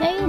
哎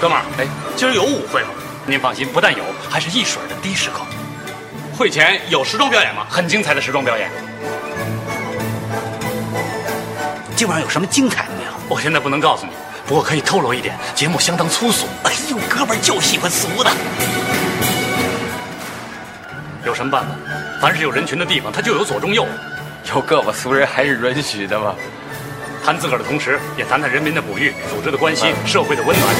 哥们儿，哎，今儿有舞会吗？您放心，不但有，还是一水儿的的士口。会前有时装表演吗？很精彩的时装表演。今晚有什么精彩的没有？我现在不能告诉你，不过可以透露一点，节目相当粗俗。哎呦，哥们儿就喜欢俗的。有什么办法？凡是有人群的地方，它就有左中右。有胳膊俗人还是允许的嘛。谈自个儿的同时，也谈谈人民的哺育、组织的关系、社会的温暖。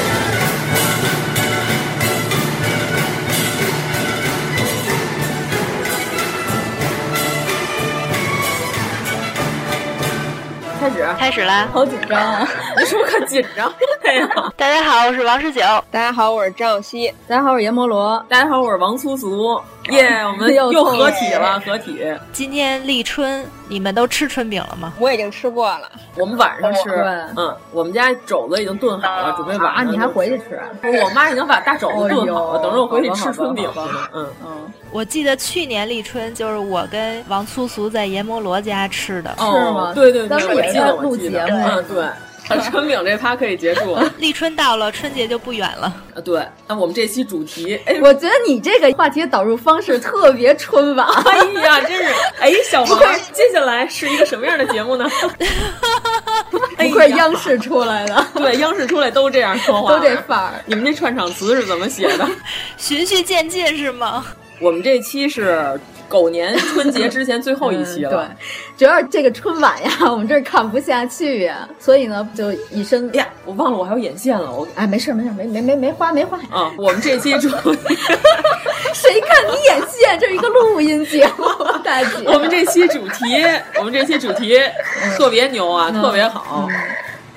开始，开始啦！好紧张啊！有什么可紧张的呀？ 大家好，我是王十九。大家好，我是张小希。大家好，我是阎摩罗。大家好，我是王粗俗。耶、yeah,，我 们又合体了，合体。今天立春，你们都吃春饼了吗？我已经吃过了，我们晚上吃。嗯，我们家肘子已经炖好了，准备晚上、啊。你还回去吃？我妈已经把大肘子炖哎好了，等着我回去吃春饼了。嗯嗯。我记得去年立春就是我跟王粗俗在阎摩罗家吃的，是吗？哦对对对，当时我记得录节目，嗯对。春饼这趴可以结 束，立春到了，春节就不远了。啊，对，那我们这期主题，哎， 我觉得你这个话题导入方式特别 春晚。哎呀，真是，哎，小王，接下来是一个什么样的节目呢？哎不愧央视出来 的，对，央视出来都这样说话，啊都这范儿。你们这串场词是怎么写的？循序渐进是吗？我们这期是。狗年春节之前最后一期了嗯，对，主要这个春晚呀， 我们这看不下去呀，所以呢，就以身哎呀，我忘了我还有眼线了，我哎，没事没事，没没没没花没花 啊，我们这期主题，谁看你眼线？这是一个录音节目， 大姐， 我们这期主题， 我们这期主题特别牛啊，嗯、特别好。嗯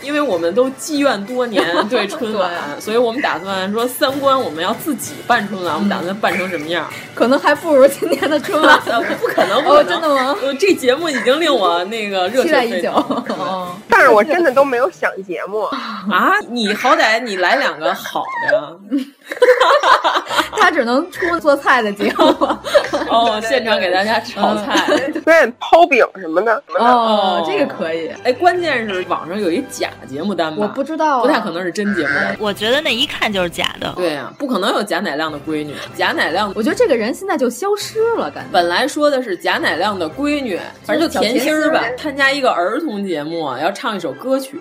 因为我们都积怨多 年对春晚对，所以我们打算说三观我们要自己办春晚，我们打嗯算办成什么 样？可能还不如今年的春晚，不可能！哦，真的吗？这节目已经令我那个 热期待已久。哦，但是我真的都没有想节目啊！你好歹你来两个好的呀。 他只能出做菜的节 目哦，现场给大家炒菜，表演抛饼什么的。嗯哦，这个可以。哎，关键是网上有一假节目单吧？我不知道、啊，不太可能是真节目单。我觉得那一看就是假的。对呀、啊，不可能有贾乃亮的闺女。贾乃亮，我觉得这个人现在就消失了，感觉。本来说的是贾乃亮的闺女，反正就甜心儿吧，参加一个儿童节目，要唱一首歌曲。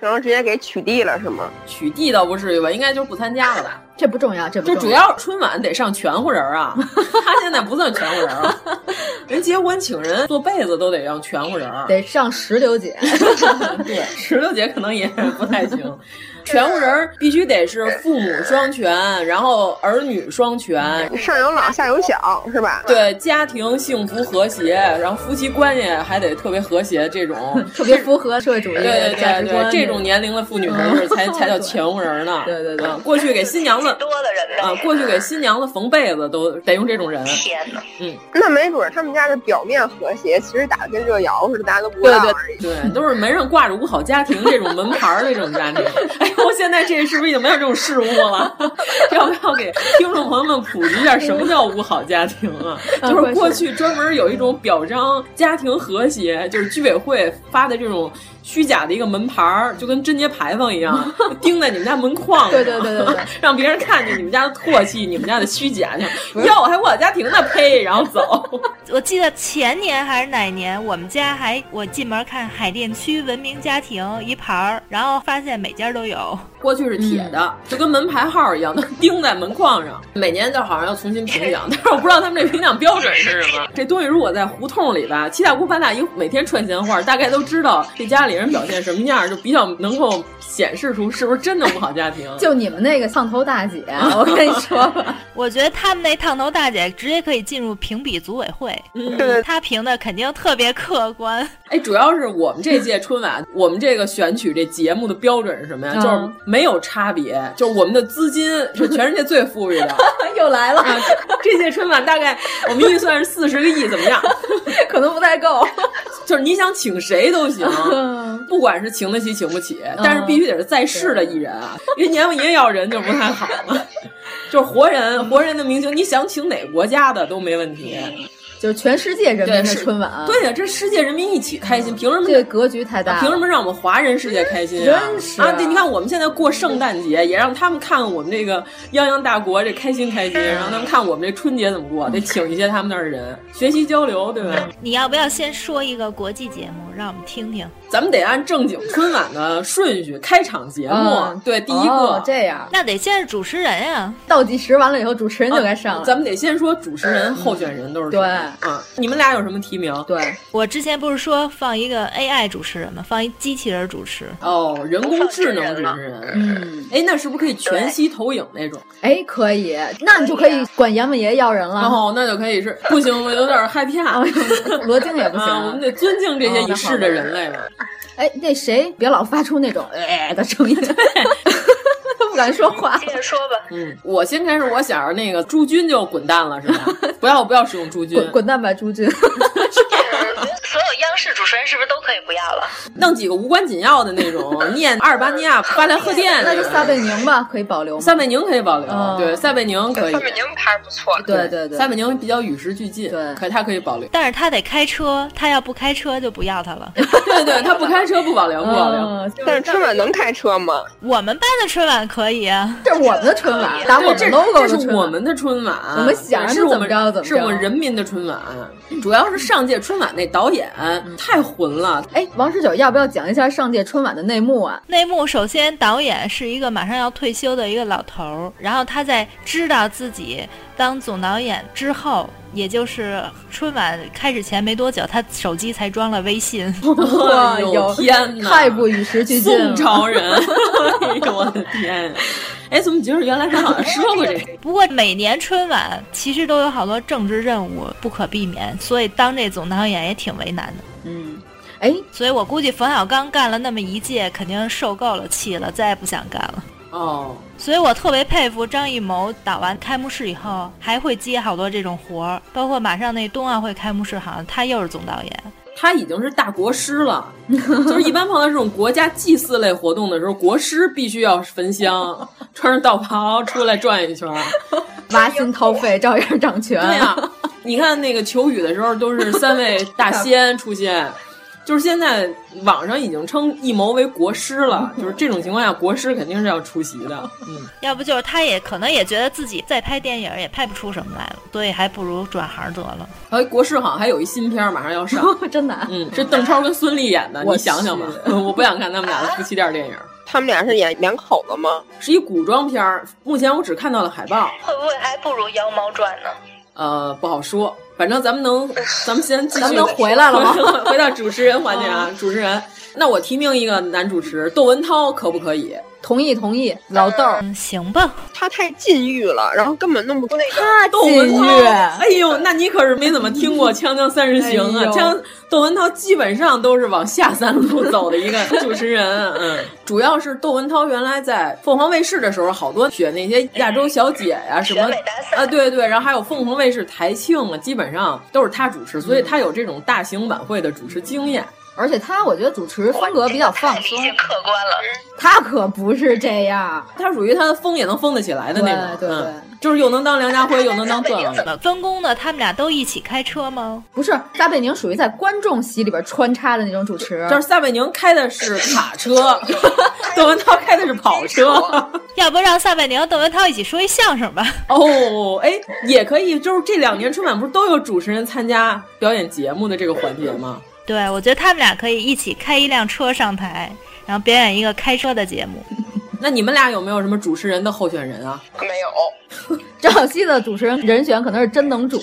然后直接给取缔了是吗？取缔倒不至于吧，应该就是不参加了吧。这不重要，这不就主要春晚得上全乎人啊，他现在不算全乎人了、 啊，人结婚请人做被子都得让全乎人、啊，得上石榴姐， 对，石榴姐可能也不太行。全乎人必须得是父母双全，然后儿女双全，上有老下有小，是吧？对，家庭幸福和谐，然后夫妻关系还得特别和谐，这种特别符合社会主义对对对对，这种年龄的妇女同志才才叫全乎人啊呢。对对对，嗯、过去给新娘子多的人啊、嗯，过去给新娘子缝被子都得用这种人。天哪，嗯，那没准他们家的表面和谐，其实打的跟热窑似的，大家都不知道对对对，都是门上挂着“五好家庭”这种门牌这种家庭。哎后现在这是不是已经没有这种事物了？要不要给听众朋友们普及一下什么叫五好家庭啊？就是过去专门有一种表彰家庭和谐，就是居委会发的这种虚假的一个门牌儿，就跟贞节牌坊一样，钉在你们家门框上。对对对对对，让别人看见你们家的唾弃，你们家的虚假，就要我还五好家庭呢，呸！然后走。我记得前年还是哪年，我们家还我进门看海淀区文明家庭一牌儿，然后发现每家都有。过去是铁的，嗯、就跟门牌号一样，都钉在门框上。每年就好像要重新评 奖，但是我不知道他们这评奖标准是什么。 这东西如果在胡同里吧，七大姑八大姨每天串闲话，大概都知道这家里人表现什么样，就比较能够显示出是不是真的不好家庭。就你们那个烫头大姐，我跟你说 吧，我觉得他们那烫头大姐直接可以进入评比组委会，嗯、她评的肯定特别客观。哎，主要是我们这届春 晚，我们这个选取这节目的标准是什么呀？嗯、就是没有差别，就是我们的资金是全世界最富裕 的。又来了、啊，这届春晚大概我们预算是四十个亿，怎么样？ 可能不太够。就是你想请谁都 行，不管是请得起请不起，嗯但是必须得是在世的艺人啊，因为阎王爷要人就不太好 了。就是活人，活人的明星，你想请哪国家的都没问题。就是全世界人民的春晚、啊，对呀、啊，啊这世界人民一起开心，凭什么这个格局太嗯大？凭什么让我们华人世界开心啊？真是啊！对，你看我们现在过圣诞节，也让他们看看我们这个泱泱大国这开心开心，嗯然后他们看我们这春节怎么过，得请一些他们那儿的人学习交流，对吧？你要不要先说一个国际节目，让我们听听？咱们得按正经春晚的顺序，开场节目、嗯、对第一个、哦、这样，那得先是主持人呀、啊，倒计时完了以后，主持人就该上了、啊。咱们得先说主持人、嗯、候选人都是对。啊，你们俩有什么提名？对我之前不是说放一个 AI 主持人吗？放一机器人主持哦，人工智能主持人。嗯，哎，那是不是可以全息投影那种？哎，可以，那你就可以管阎王爷要人了。啊哦，那就可以是不行，我有点害哦 怕。啊罗京也不行，我们得尊敬这哦些已逝的人类嘛。哎，那谁别老发出那种哎的声音。 不敢说话，接着说吧。嗯，我先开始，我想着那个朱军就滚蛋了，是吧？ 不要不要使用朱军，滚滚蛋吧，朱军。所有央视主持人是不是都可以不要了？弄几个无关紧要的那种，念阿尔巴尼亚巴莱贺电， 那就撒贝宁吧，可以保留。撒贝宁可以保留，嗯哦、对，撒贝宁可以。撒贝宁还是不错，对对对，撒贝宁比较与时俱进，对，可他可以保留。但是他得开车，他要不开车就不要他了。 对对，他不开车不保留，不保留。嗯、但是春晚能开车吗？我们班的春晚可以啊，这是我们的春晚，打我们 logo 这是我们的春晚，啊我们想是怎么着怎么着，是我们人民的春晚。主要是上届春晚那导演太混了，哎，王十九要不要讲一下上届春晚的内幕啊？内幕首先，导演是一个马上要退休的一个老头儿，然后他在知道自己当总导演之后。也就是春晚开始前没多久，他手机才装了微信。哎呦天哪！太不与时俱进了。宋朝人，哎呦我的天！哎，怎么觉得原来咱好像说过这个？不过每年春晚其实都有好多政治任务不可避免，所以当这总导演也挺为难的。嗯。哎，所以我估计冯小刚干了那么一届，肯定受够了气了，再也不想干了。哦。所以我特别佩服张艺谋，打完开幕式以后还会接好多这种活儿，包括马上那冬奥会开幕式，好像他又是总导演。他已经是大国师 了，就是一般碰到这种国家祭祀类活动的时候，国师必须要焚 香，穿着道袍出来转一圈，挖心掏肺，照样掌权。对呀、啊， 你看那个求雨的时候，都是三位大仙出 现。就是现在网上已经称艺谋为国师 了，就是这种情况下，国师肯定是要出席的。嗯，要不就是他也可能也觉得自己再拍电影也拍不出什么来了，所以还不如转行得了。 哎，国师好像还有一新片马上要上，真的、啊？ 嗯，是邓超跟孙俪演的，你想想吧， 我不想看他们俩的夫妻店电影。他们俩是演两口子吗？是一古装片儿，目前我只看到了海报。会不会还不如《羊毛传》呢？呃，不好说。反正咱们能，咱们先继续能回来了吗？ 回到主持人环节啊，主持人。那我提名一个男主持，窦文涛可不可以？同意同意，老豆儿、嗯、行吧。他太禁欲了，然后根本弄不出那 个。他窦文涛，哎呦，那你可是没怎么听 过《锵锵三人行》啊！锵、哎，窦文涛基本上都是往下三路走的一个主持人。嗯，主要是窦文涛原来在凤凰卫视的时候，好多选那些亚洲小姐呀、啊、什么啊，对对，然后还有凤凰卫视台庆啊，基本上都是他主持，所以他有这种大型晚会的主持经验。嗯而且他我觉得主持风格比较放松，客观了。他可不是这样，他属于他的疯也能疯得起来的那种，对对对嗯就是又能当梁家哎辉，又能当段老怎么分工呢？他们俩都一起开车吗？不是，撒贝宁属于在观众席里边穿插的那种主持，就是撒贝宁开的是卡 车，窦文涛开的是哎跑车。要不让撒贝宁、窦文涛一起说一相声吧？哦，哎，也可以，就是这两年春晚不是都有主持人参加表演节目的这个环节吗？对，我觉得他们俩可以一起开一辆车上台，然后表演一个开车的节目。那你们俩有没有什么主持人的候选人啊？ 没有，张小希的主持人人选可能是真能主，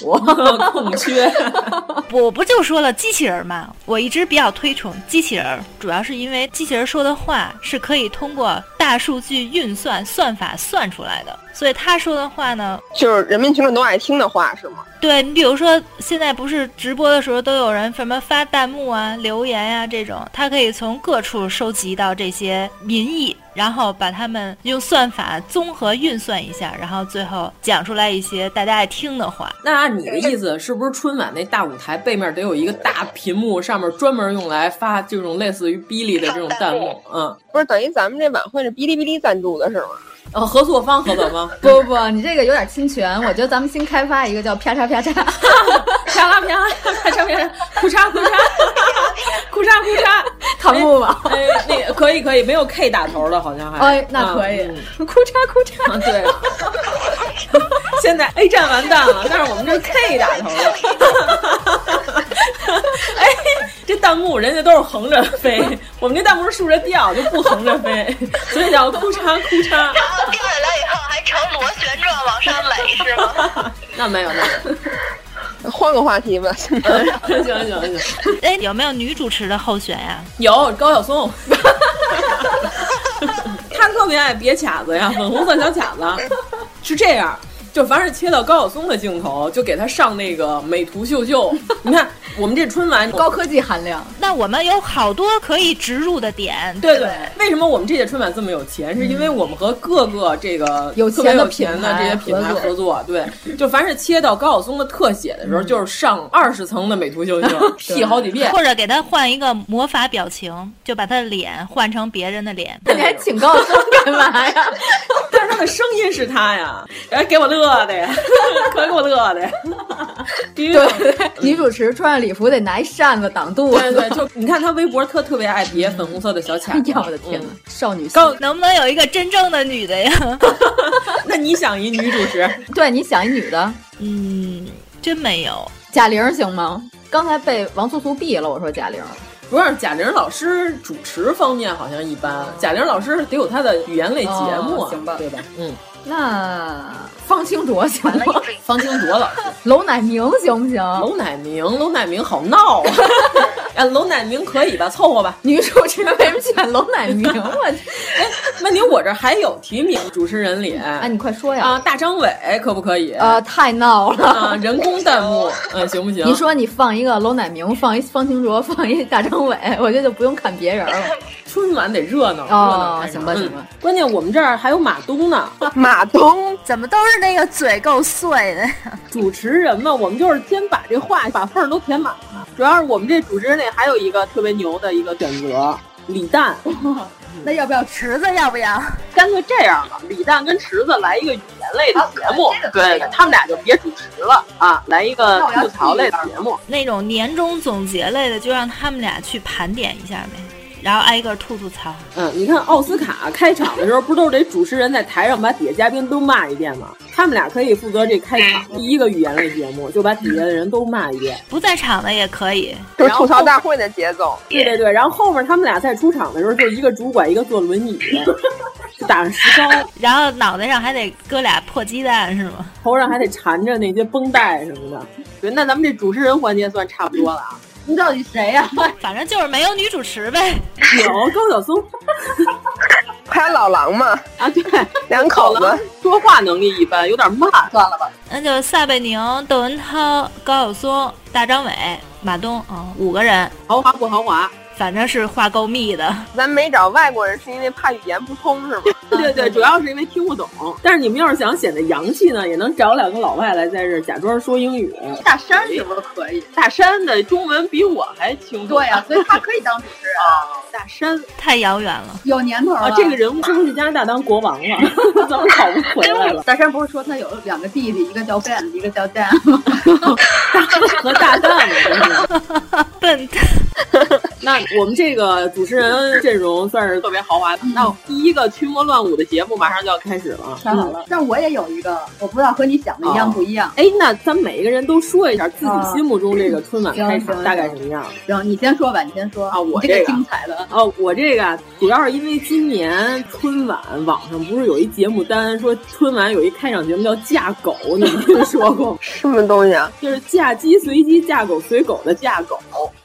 空缺。 我不就说了机器人嘛，我一直比较推崇机器人，主要是因为机器人说的话是可以通过大数据运算算法算出来的，所以他说的话呢，就是人民群众都爱听的话是吗？对你比如说现在不是直播的时候都有人什么发弹幕啊、留言呀、这种，他可以从各处收集到这些民意，然后把他们用算法综合运算一下，然后最后讲出来一些大家爱听的话。那按你的意思，是不是春晚那大舞台背面得有一个大屏幕，上面专门用来发这种类似于哔哩的这种弹幕？嗯，不是等于咱们这晚会是哔哩哔哩赞助的是吗？哦，合作方，合作 方，不不不，你这个有点侵权，我觉得咱们新开发一个叫啪嚓啪嚓，啪啦啪啦啪 嚓啪嚓，裤嚓裤嚓， 裤嚓裤嚓，弹幕吧。哎，那个可以可以，没有 K 打头的，好像还哎，那可以，嗯哭嚓哭嚓。啊对。 现在 A 站完蛋了，但是我们这是 K 打头的。 哎，这弹幕人家都是横着飞，我们这弹幕是竖着掉，就不横着飞，所以叫哭嚓哭嚓。然后掉下来以后还呈螺旋状往上垒是吗？ 那没有，那没有。 换个话题吧，行行行，哎，有没有女主持的候选呀、有高晓松，他特别爱别卡子呀，粉红色小卡子，是这样。就凡是切到高晓松的镜头，就给他上那个美图秀秀。你看，我们这春晚高科技含量，那我们有好多可以植入的点。对对，为什么我们这届春晚这么有钱？是因为我们和各个这个嗯有特别钱有钱的的品这牌些品牌合作合作。对，就凡是切到高晓松的特写的时嗯候，就是上二十层的美图 秀秀，P 好几遍。或者给他换一个魔法表情，就把他的脸换成别人的脸。你还请高晓松干嘛 呀？但是他的声音是他呀，哎，给我乐的 呀，可给我乐的呀。 对对对，女主持穿上礼服得拿一扇子挡肚对对，子。就你看他微博特特别爱别粉红色的小卡哎子。嗯呀，我的天哪，少女心！高，能不能有一个真正的女的呀？那你想一女主持，对，你想一女的，嗯，真没有。贾玲行吗？刚才被王素素毙了，我说贾玲。不是贾玲老师主持方面好像一般，贾玲老师得有她的语言类节目啊，哦行吧对吧？嗯，那方清卓行吗？ 方清卓老师。娄乃明行不行？娄乃明，娄乃明好闹 啊！啊，娄乃明可以吧，凑合吧。女主持人为什么选娄乃 明？我去！哎，问题我这还有提名主持人里啊，啊，你快说呀！大张伟可不可以？呃，太闹了。啊，人工弹 幕，嗯，行不行？你说你放一个娄乃明，放一方清卓，放一大张伟，我觉得就不用看别人了。春晚得热闹，热闹哦开场行吧嗯行吧关键我们这儿还有马东呢， 马东怎么都是那个嘴够碎的？主持人嘛，我们就是先把这话把缝儿都填满了。主要是我们这主持人里还有一个特别牛的一个选择，李诞。 那要不要池子？要不要？干脆这样吧，李诞跟池子来一个语言类的节目，啊对他们俩就别主持了啊，来一个吐槽类的节目。那种年终总结类的，就让他们俩去盘点一下呗，然后挨个吐吐槽。嗯，你看奥斯卡开场的时候，不都是得主持人在台上把底下嘉宾都骂一遍吗？他们俩可以负责这开场第一个语言类节目，就把底下的人都骂一 遍。不在场的也可以。就是吐槽大会的节奏。对对对，然后后面他们俩再出场的时候，就是一个主管，一个坐轮椅，就打上石膏，然后脑袋上还得搁俩破鸡蛋是吗？ 头上还得缠着那些绷带什么的。对，那咱们这主持人环节算差不多了啊。你到底谁呀、 反正就是没有女主持呗。 有高晓松还有老狼嘛，啊，对，两口好了子， 说话能力一般，有点慢。算了吧，那就撒贝宁、窦文涛、高晓松、大张伟、马东，嗯，五个人。豪华不豪华？反正是话够密的。 咱没找外国人是因为怕语言不通是吗？对啊对，主要是因为听不懂。但是你们要是想显得洋气呢，也能找两个老外来在这儿假装说英语。大山是不是可以？大山的中文比我还清楚。对啊呀、所以他可以当主持人啊。大山太遥远了，有年头了。啊，这个人物是不是去加拿大当国王 了？ 怎么跑不回来了？大山不是说他有两个弟弟，一个叫 Ben，一个叫 Dan 吗？ 和大蛋了，笨蛋。那我们这个主持人阵容算是特别豪华的。那第一个群魔乱舞的节目马上就要开始了，嗯太好了。但我也有一个，我不知道和你想的一样不一样。哎，那咱们每一个人都说一下自己心目中这个春晚开啊行场行大概什么样然后你先说吧，你先说啊？我你这个个精彩的，哦，我这个啊主要是因为今年春晚网上不是有一节目单说春晚有一开场节目叫“嫁狗”，你们听说过吗？ 什么东西啊？就是嫁鸡随鸡，嫁狗随狗的嫁狗。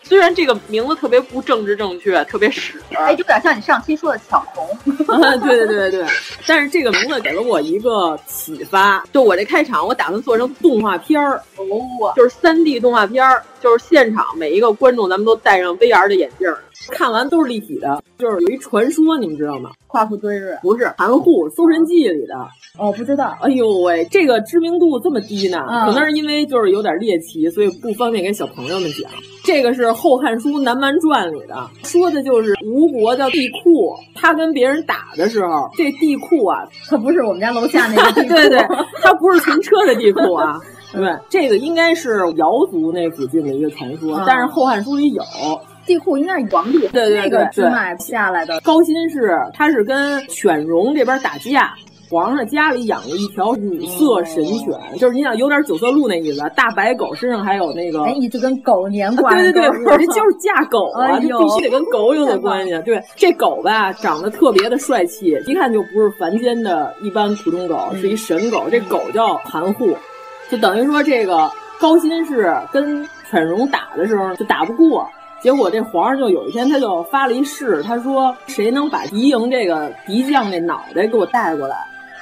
虽然这个名字特别不政治正确，特别屎，哎，有点像你上期说的抢红。啊， 对对对对，但是这个名字给了我一个启发，就我这开场，我打算做成动画片儿，哦，就是三 D 动画片儿，就是现场每一个观众咱们都戴上 VR 的眼镜儿，看完都是立体的。就是有一传说，你们知道吗？夸父追日。不是韩护《搜神记》里的，哦，不知道。哎呦喂，这个知名度这么低呢，嗯可能是因为就是有点猎奇，所以不方便给小朋友们讲。这个是《后汉书·南蛮传》里的，说的就是吴国的帝喾，他跟别人打的时候，这帝喾 啊，他不是我们家 楼下那个地对对库，他不是存车的地库 啊。对，这个应该是瑶族那附近的一个传说，嗯但是《后汉书》里有。地库应该是皇帝对对那个对哦支脉下来的。高辛氏他是跟犬戎这边打架。皇上家里养了一条乳色神犬，哦就是你想有点九色鹿那意思，大白狗身上还有那个，哎，你就跟狗年啊挂对对对，我钩这就是嫁狗啊，哎这呦必须得跟狗有点关系。啊对，这狗吧长得特别的帅气，一看就不是凡间的一般普通狗，是嗯一神狗。这狗叫盘户，就等于说这个高辛氏跟犬戎打的时候就打不过。结果这皇上就有一天他就发了一誓，他说谁能把敌营这个敌将这脑袋给我带过来，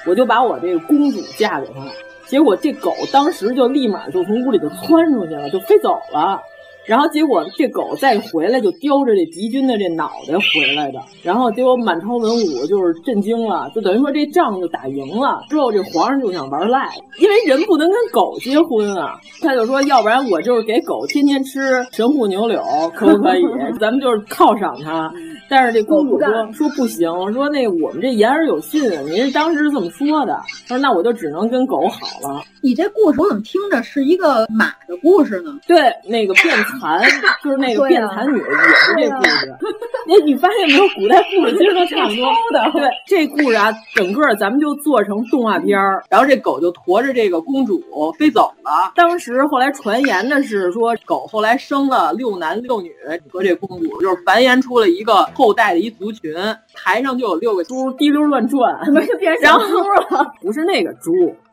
我就把我这个公主嫁给他。结果这狗当时就立马就从屋里就窜出去了，就飞走了。然后结果这狗再回来就叼着这敌军的这脑袋回来的，然后结果满朝文武就是震惊了，就等于说这仗就打赢了。之后这皇上就想玩赖，因为人不能跟狗结婚啊，他就说要不然我就是给狗天天吃神户牛柳，可不可以？咱们就是犒赏它。但是这公主说说不行，说那我们这言而有信，您是当时是这么说的。他说那我就只能跟狗好了。你这故事我怎么听着是一个马的故事呢？对，那个变 残，就是那个对变啊残女也是这故事。 哎，你发现没有？古代故事其实都差不 多的。对，这故事啊，整个咱们就做成动画片儿，然后这狗就驮着这个公主飞走了。当时后来传言的是说，狗后来生了六男六女和这公主，就是繁衍出了一个后代的一族群。台上就有六个猪滴溜乱转，怎么就变成然小后猪啊了？不是那个猪，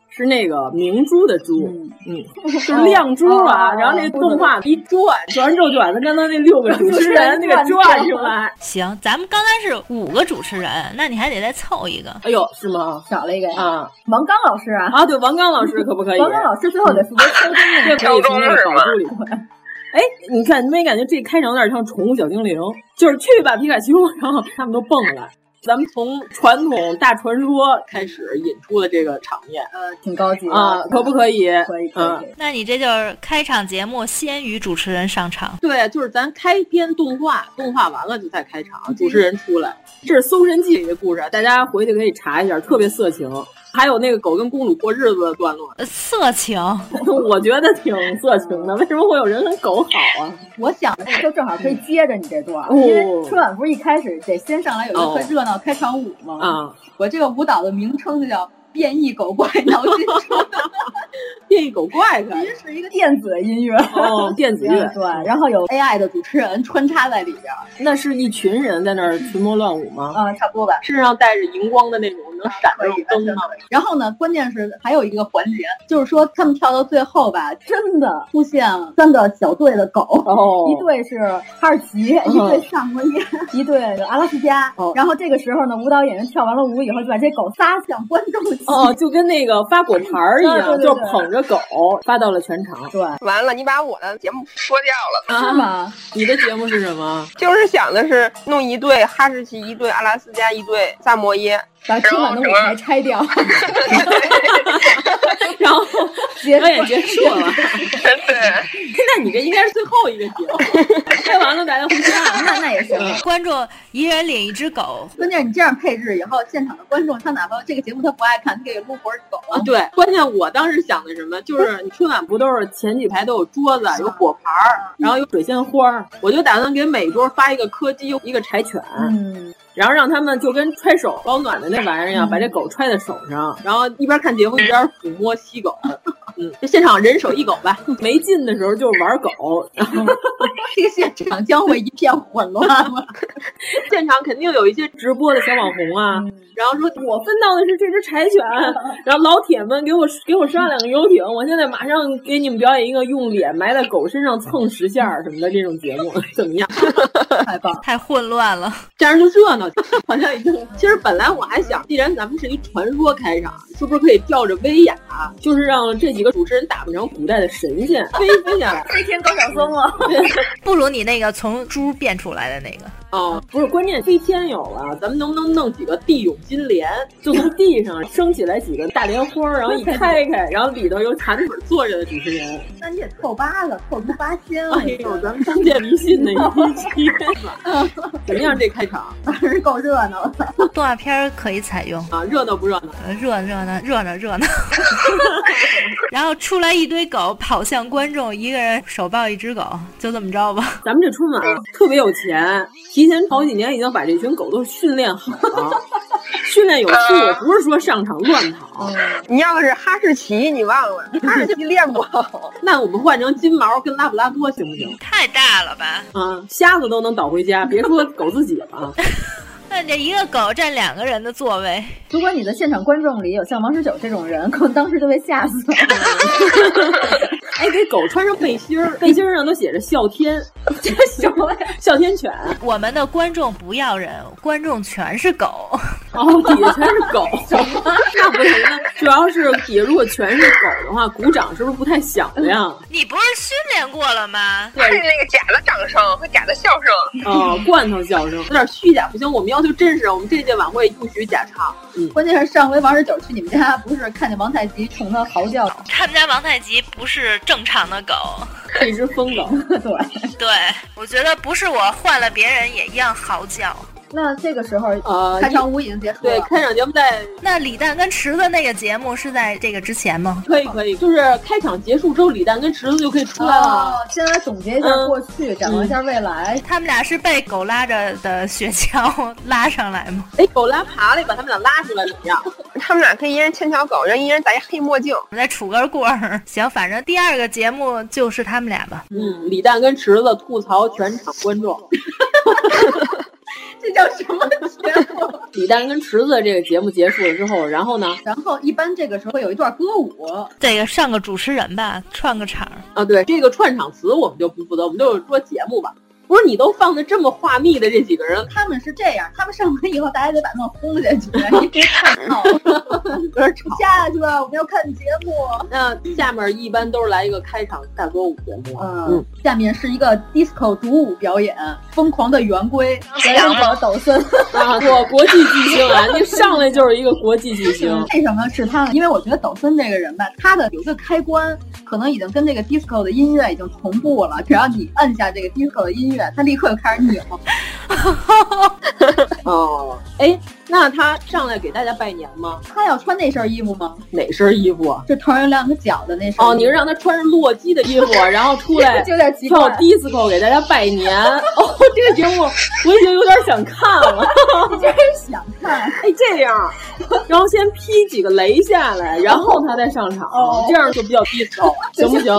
是那个明珠的珠，嗯，就是哦亮珠啊。哦然后那动画一转，转完之后就把它刚刚那六个主持人那个转出来。行，咱们刚才是五个主持人，那你还得再凑一个。哎呦，是吗？少了一个呀啊王刚老师啊，啊！对，王刚老师可不可以？王刚老师最后得 负责抽中那这个可以从那个宝库里。哎，你看，你没感觉这开场有点像宠物小精灵？就是去吧，皮卡丘，然后他们都蹦了。咱们从传统大传说开始引出了这个场面呃，挺高级的啊，可不可以？可以可以嗯可以。那你这就是开场节目先于主持人上场，对，就是咱开篇动画，动画完了就再开场，嗯主持人出来。这是《搜神记》里的故事，大家回去可以查一下，特别色情。还有那个狗跟公主过日子的段落， 呃色情。我觉得挺色情的。为什么会有人跟狗好啊？我想的是，就正好可以接着你这段儿，哦因为春晚不是一开始得先上来有一个哦热闹开场舞吗？啊，我这个舞蹈的名称就叫“变异狗怪挠心术变异狗怪”，可其实是一个电子音乐。哦，电子乐嗯， 对，然后有 AI 的主持人穿插在里边儿，那是一群人在那儿群魔乱舞吗？啊嗯，差不多吧。身上带着荧光的那种能闪着灯嘛。然后呢，关键是还有一个环节，就是说他们跳到最后吧，真的出现三个小队的狗，哦一队是哈士奇，嗯一队上摩耶， 一队阿拉斯加。哦然后这个时候呢，舞蹈演员跳完了舞以后，就把这狗撒向观众席。哦，就跟那个发果盘儿一样，啊对对对就是捧着狗发到了全场。对，完了，你把我的节目说掉了，是吗？你的节目是什么？就是想的是弄一对哈士奇，一对阿拉斯加，一对萨摩耶， 把春晚的舞台拆 掉， 然后结表演结束了。对， 那你这应该是最后一个节目，拍完了大家回家。那那也行。观众一人领一只狗，关键你这样配置以后， 现场的观众他哪怕这个节目他不爱看，他给撸活儿狗。啊，对，关键我当时想的什么，就是你春晚不都是前几排都有桌子，有果盘儿，嗯然后有水仙花儿，我就打算给每桌发一个柯基，一个柴犬，嗯，然后让他们就跟揣手保暖的那玩意儿一样，把这狗揣在手嗯上，然后一边看节目一边抚摸 吸狗，嗯，就现场人手一狗吧，没劲的时候就玩狗，然后哎这个现场将会一片混乱。 现场肯定有一些直播的小网红啊，嗯然后说我分到的是这只柴 犬，然后老铁们给我给我上两个游艇，我现在马上给你们表演一个用脸埋在狗身上蹭十下儿什么的这种节目，怎么样？ 太棒，太混乱了，这样就热闹， 好像已经。其实本来我还想，既然咱们是一传说开场，是不是可以吊着威亚，啊就是让这几个主持人打扮成古代的神仙，威威亚。飞天高晓松啊，不如你那个从猪变出来的那个。哦，不是，关键飞天有了，咱们能不能弄几个地涌金莲，就从地上升起来几个大莲花，然后一开开，然后里头有盘腿坐着的主持人。那你也凑八了，凑出八 千了。哎呦，咱们封建迷信的一期，怎么样这开场是够热闹了。动画片儿可以采用，啊？热闹不热闹？呃热热闹热闹热闹。 然后出来一堆狗跑向观众，一个人手抱一只狗，就这么着吧。 咱们这春晚特别有钱，提前好几年已经把这群狗都训练好了， 训练有素，不是说上场乱跑。你要是哈士奇，你忘了，哈士奇练不好，那我们换成金毛跟拉布拉多行不行？太大了吧？啊，瞎子都能倒回家，别说狗自己了。啊那这一个狗占两个人的座位，如果你的现场观众里有像王十九这种人，可能当时就被吓死了。 哎，给狗穿上背心儿，背心儿上都写着“哮天”，这什么呀？ 哮天犬。我们的观众不要人，观众全是狗。哦，底下全是狗，那不行啊！主要是底下如果全是狗的话，鼓掌是不是不太响亮？你不是训练过了吗？是那个假的掌声和假的笑声。哦，罐头笑声有点虚假，不行，我们要求真实。我们这届晚会不许假唱。嗯，关键是上回王十九去你们家，不是看见王太极冲他嚎叫，他们家王太极不是正常的狗，一只疯狗。对。对我觉得不是我换了别人也一样嚎叫。那这个时候， 呃开场舞已经结束了。对，开场节目在那李诞跟池子那个节目是在这个之前吗？可以可以，就是开场结束之后，李诞跟池子就可以出来哦啊了。，先来总结一下嗯过去，展望一下未来。他们俩是被狗拉着的雪橇拉上来吗？ 哎，狗拉爬了，把他们俩拉出来怎么 样？他们俩可以一人牵条狗，然后一人戴一黑墨镜。我们再杵根棍儿。行，反正第二个节目就是他们俩吧。嗯，李诞跟池子吐槽全场观众。 这叫什么节目？ 李诞跟池子这个节目结束了之后，然后呢？然后一般这个时候会有一段歌舞，这个上个主持人吧，串个场儿。啊，对，这个串场词我们就不负责，我们就是说节目吧。不是你都放的这么话密的这几个人，他们是这样，他们上完以后，大家得把他们轰下去，你别 看闹，有点吵。下去吧，我们要看节目。那下面一般都是来一个开场大歌舞节目啊。嗯，下面是一个 disco 独舞表演，《疯狂的圆 规》，两脚抖森， 啊，我国际巨星啊，你上来就是一个国际 巨星。为什么是他呢？因为我觉得抖森这个人吧，他的有一个开关，可能已经跟这个 disco 的音乐已经同步了。只要你摁下这个 disco 的音乐，他立刻就开始扭。 哦，哎，那他上来给大家拜年吗？他要穿那身衣服吗？哪身衣服啊？就陶元亮他脚的那身。哦，你是让他穿着洛基的衣服，然后出 来有点奇怪跳 disco 给大家拜年。 哦，这个节目我已经有点想看了。 你真想看？ 哎，这样， 然后先劈几个雷下来，然后他再上场，哦这样就比较 disco，行不行？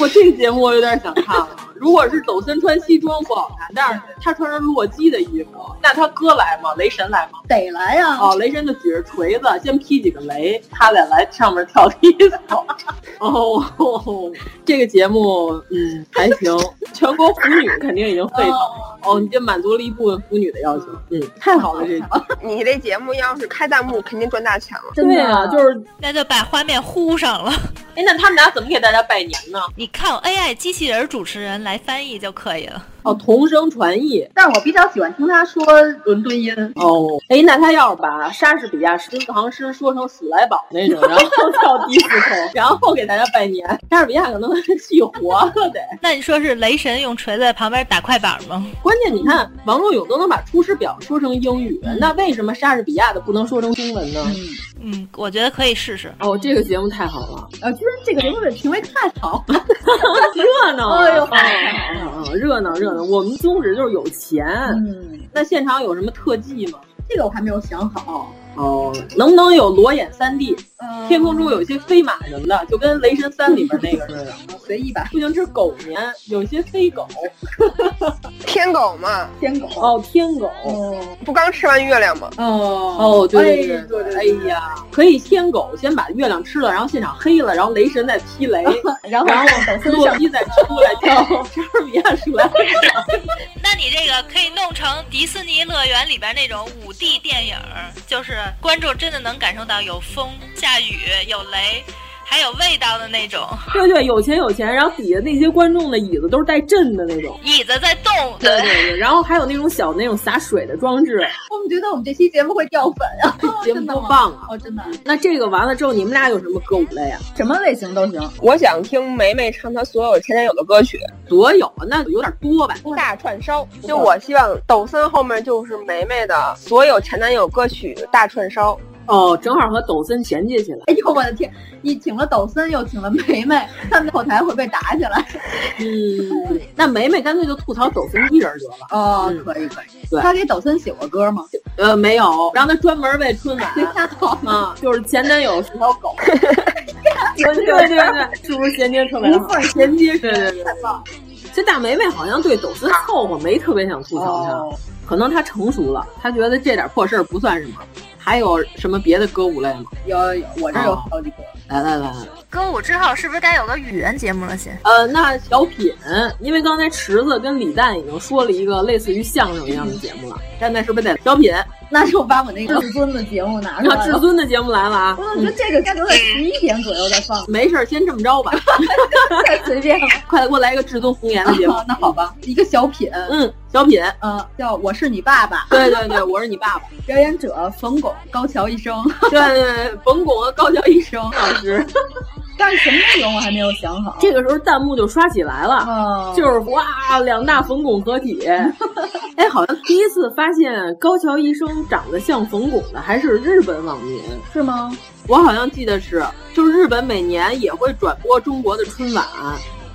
我这个节目我有点想看了，如果是抖森穿西装不好看，但是他穿着洛基的衣服，那他哥来吗？雷神来吗？得来啊呀、哦，雷神就举着锤子先劈几个雷，他再来上面跳迪斯科。哦，这个节目嗯还行，全国腐女肯定已经沸腾了。哦，你这满足了一部分腐女的要求，嗯，太好了，这你这节目要是开弹幕，肯定赚大钱了。对啊，就是那就把画面糊上了。 哎，那他们俩怎么给大家拜年呢？你靠 AI 机器人主持人来翻译就可以了。哦，同声传译。但我比较喜欢听他说伦敦音。哦，哎，那他要是把莎士比亚十行诗说成鼠来宝那种，然后跳迪斯科，然后给大家拜年，莎士比亚可能气活了得。那你说是雷神用锤子在旁边打快板吗？关键你看，王若勇都能把《出师表》说成英语，那为什么莎士比亚的不能说成中文呢？嗯嗯，我觉得可以试试。哦，这个节目太好了。呃，居然这个节目被评为太好了， 热闹啊！哎呦啊热闹热闹！我们宗旨就是有钱。嗯，那现场有什么特技吗？这个我还没有想好。哦，能不能有裸眼三 D？嗯 天空中有一些飞马什么的，就跟《雷神三》里边那个似的。 随意吧。不行，这是狗年，有一些飞狗。天狗嘛，天狗哦，天狗。不刚吃完月亮吗？哦哦，对哎对对哎呀，可以天狗先把月亮吃了，然后现场黑了，然后雷神再劈雷，哦然后然等后孙洛上基再出来跳哦莎士比亚出来。那你这个可以弄成迪士尼乐园里边那种五 D 电影儿，就是观众真的能感受到有风、下雨、有雷，还有味道的那种。 对对，有钱有钱，然后底下那些观众的椅子都是带震的那种。椅子在动，对对对，然后还有那种小那种洒水的装置，我们觉得我们这期节目会掉粉啊，节目多棒啊！哦，真的。那这个完了之后，你们俩有什么歌舞类啊？什么类型都行。我想听梅梅唱她所有前男友的歌曲，所有啊那有点多吧？大串烧。嗯就我希望抖森后面就是梅梅的所有前男友歌曲大串烧。哦，正好和抖森衔接起来。哎呦我的天！你请了抖森，又请了梅梅，他们后台会被打起来。嗯，那梅梅干脆就吐槽抖森一人得了。哦嗯，可以可以。对他给抖森写过歌吗？呃，没有，让他专门为 春晚啊，就是前男友是条狗。对对对对，是不是衔接特别好？衔接对对对。这大梅梅好像对抖森凑合，没特别想吐槽他，哦可能她成熟了，她觉得这点破事儿不算什么。还有什么别的歌舞类吗？哦有有有，我这有好几个。来来来来，歌舞之后是不是该有个语言节目了？先呃，那小品，因为刚才池子跟李诞已经说了一个类似于相声一样的节目了，现在是不是得小品？那就把我那个啊至尊的节目拿出那来至了。尊的节目来了啊！，我总觉得这个该留在十一点左右再 放没事儿，先这么着吧。太随便了。快给我来一个至尊红颜的节目啊。 那好吧，一个小品，嗯，小品。嗯，叫我是你爸爸，对对对，我是你爸爸。表演者冯巩、高桥一生。对对，对，冯巩和高桥医生老师。但是什么内容我还没有想好。这个时候弹幕就刷起来了，哦就是哇，两大冯巩合体。哎，好像第一次发现高桥医生长得像冯巩的还是日本网民。是吗？我好像记得是，就是日本每年也会转播中国的春晚，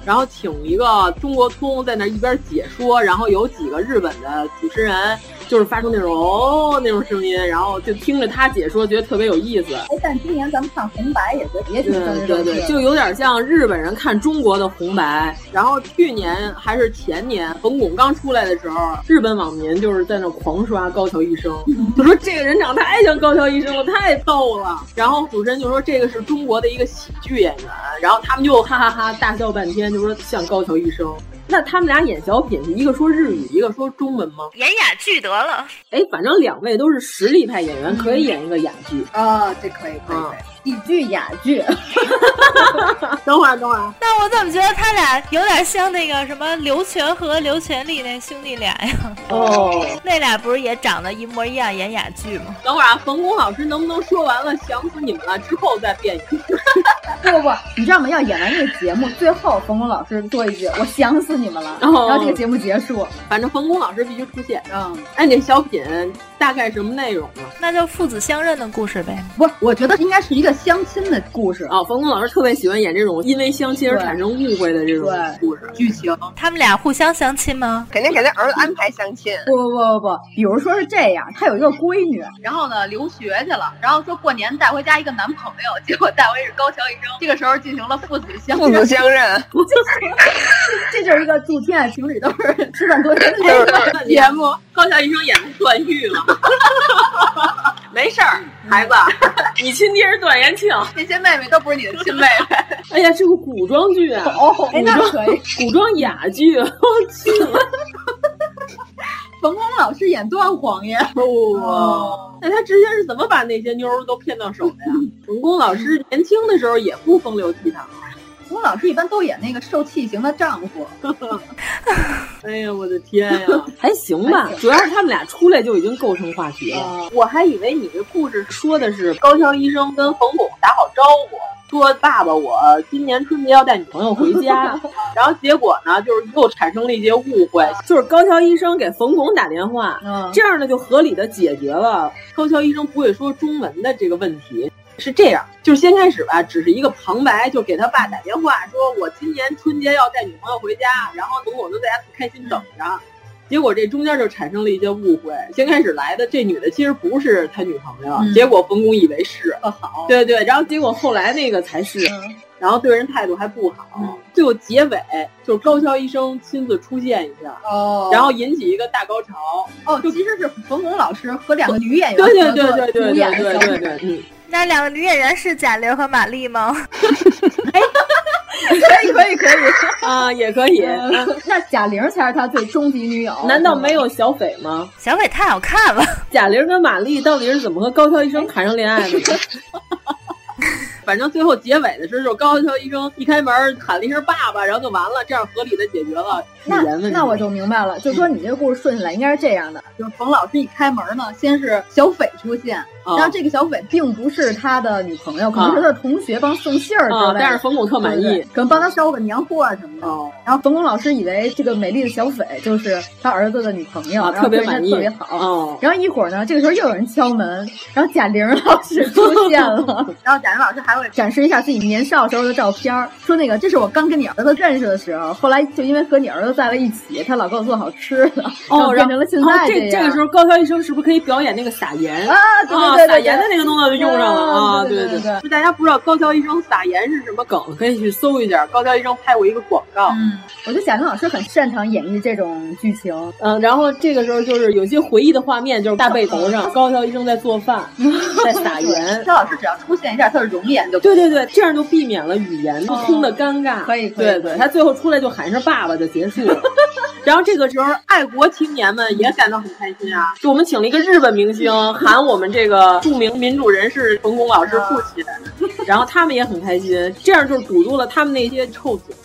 然后请一个中国通在那一边解说，然后有几个日本的主持人就是发出那种哦那种声音，然后就听着他解说，觉得特别有意思。哎，但今年咱们看红白也觉得也挺正对式对对，就有点像日本人看中国的红白。然后去年还是前年，冯巩刚出来的时候，日本网民就是在那狂刷高桥医生，嗯就说这个人长得太像高桥医生了，太逗了。然后主持人就说这个是中国的一个喜剧演员，然后他们就哈哈哈大笑半天，就说像高桥医生。那他们俩演小品，是一个说日语，一个说中文吗？演哑剧得了。哎，反正两位都是实力派演员，可以演一个哑剧。嗯啊，这可以可以可以，喜剧哑剧，啊等会儿，等会儿，但我怎么觉得他俩有点像那个什么刘全和刘全利那兄弟俩 呀？哦，那俩不是也长得一模一样，演哑剧吗？等会儿啊，冯巩老师能不能说完了，想死你们了之后再变一个？不不不，你知道吗？要演完这个节目，最后冯巩老师说一句“我想死你们了”，然哦后这个节目结束。反正冯巩老师必须出现。嗯，哎，你这小品大概什么内容呢？啊那就父子相认的故事呗。不是，我觉得应该是一个个相亲的故事啊、冯巩老师特别喜欢演这种因为相亲而产生误会的这种故事剧情。他们俩互相相亲吗？肯定给他儿子安排相亲。不不不不，比如说是这样，他有一个闺女，然后呢留学去了，然后说过年带回家一个男朋友，结果带回是高桥医生，这个时候进行了父子相父子相认这就是一个祝天下情侣都是吃饭多年的节目。高桥医生演的段誉 了，没事儿，孩 子，你亲爹是段延庆。那些妹妹都不是你的亲妹妹。 哎呀，这个古装剧啊，哦哎古那装可以古装哑剧， 我去了。冯巩老师演段皇爷，哇！那他之前是怎么把那些妞儿都骗到手的呀？冯巩老师年轻的时候也不风流倜傥。冯巩老师一般都演那个受气型的丈夫。 哎呀，我的天 呀，还行吧，主要是他们俩出来就已经构成话题哦了。我还以为你这故事说的是高桥医生跟冯巩打好招呼，说爸爸，我今年春节要带女朋友回 家，然后结果呢，就是又产生了一些误会，就是高桥医生给冯巩打电话，这样呢就合理的解决了高桥医生不会说中文的这个问题。是这样，就是先开始吧，只是一个旁白，就给他爸打电话说，我今年春节要带女朋友回家，然后冯巩就在家开心等着。结果这中间就产生了一些误会，先开始来的这女的其实不是他女朋友，嗯结果冯巩以为是，特好，嗯对对，然后结果后来那个才是，然后对人态度还不好，最后结尾就是高桥医生亲自出现一下，哦然后引起一个大高潮，哦，其实是冯巩老师和两个女演员对对合对作对对主演对的对小对，嗯。那两个女演员是贾玲和马丽吗？可以可以可以，啊，也可以。嗯啊那贾玲才是他最终极女友，难道没有小斐吗？小斐太好看了，贾玲跟马丽到底是怎么和高桥医生谈上恋爱的呢？ 反正最后结尾的时候，高桥医生一开门喊了一声“爸爸”，然后就完了，这样合理的解决了那语言问题。那我就明白了，就说你这个故事顺下来应该是这样的，就是冯老师一开门呢，先是小斐出现，哦然后这个小斐并不是他的女朋友，可能是他的同学帮送信儿之类啊的，，但是冯巩特满对对意哦对。可能帮他捎个年货啊什么的。然后冯巩老师以为这个美丽的小斐就是他儿子的女朋友，啊然后特别对人家满意特别好。哦然后一会儿呢，这个时候又有人敲门，然后贾玲老师出 现了，然后贾玲老师还会展示一下自己年少时候的照片儿，说那个这是我刚跟你儿子认识的时候，后来就因为和你儿子在了一起，他老给我做好吃的，然后然变后成了现在哦这样。个时候高桥医生是不是可以表演那个撒盐啊对对对对撒盐的那个动作就用上了啊，啊对对对对就大家不知道高桥医生撒盐是什么梗，可以去搜一下。高桥医生拍过一个广告，嗯，我觉得贾玲老师很擅长演绎这种剧情，嗯，然后这个时候就是有些回忆的画面，就是大背头 上高桥医生在做饭，在撒 盐。肖老师只要出现一下他的容颜就对对对，这样就避免了语言不通的尴尬。哦可以可以对对，他最后出来就喊声爸爸就结束 了。然后这个时候，爱国青年们也感到很开心啊！就我们请了一个日本明星喊我们这个著名民主人士冯巩老师父 亲，然后他们也很开心，这样就堵住了他们那些臭 嘴，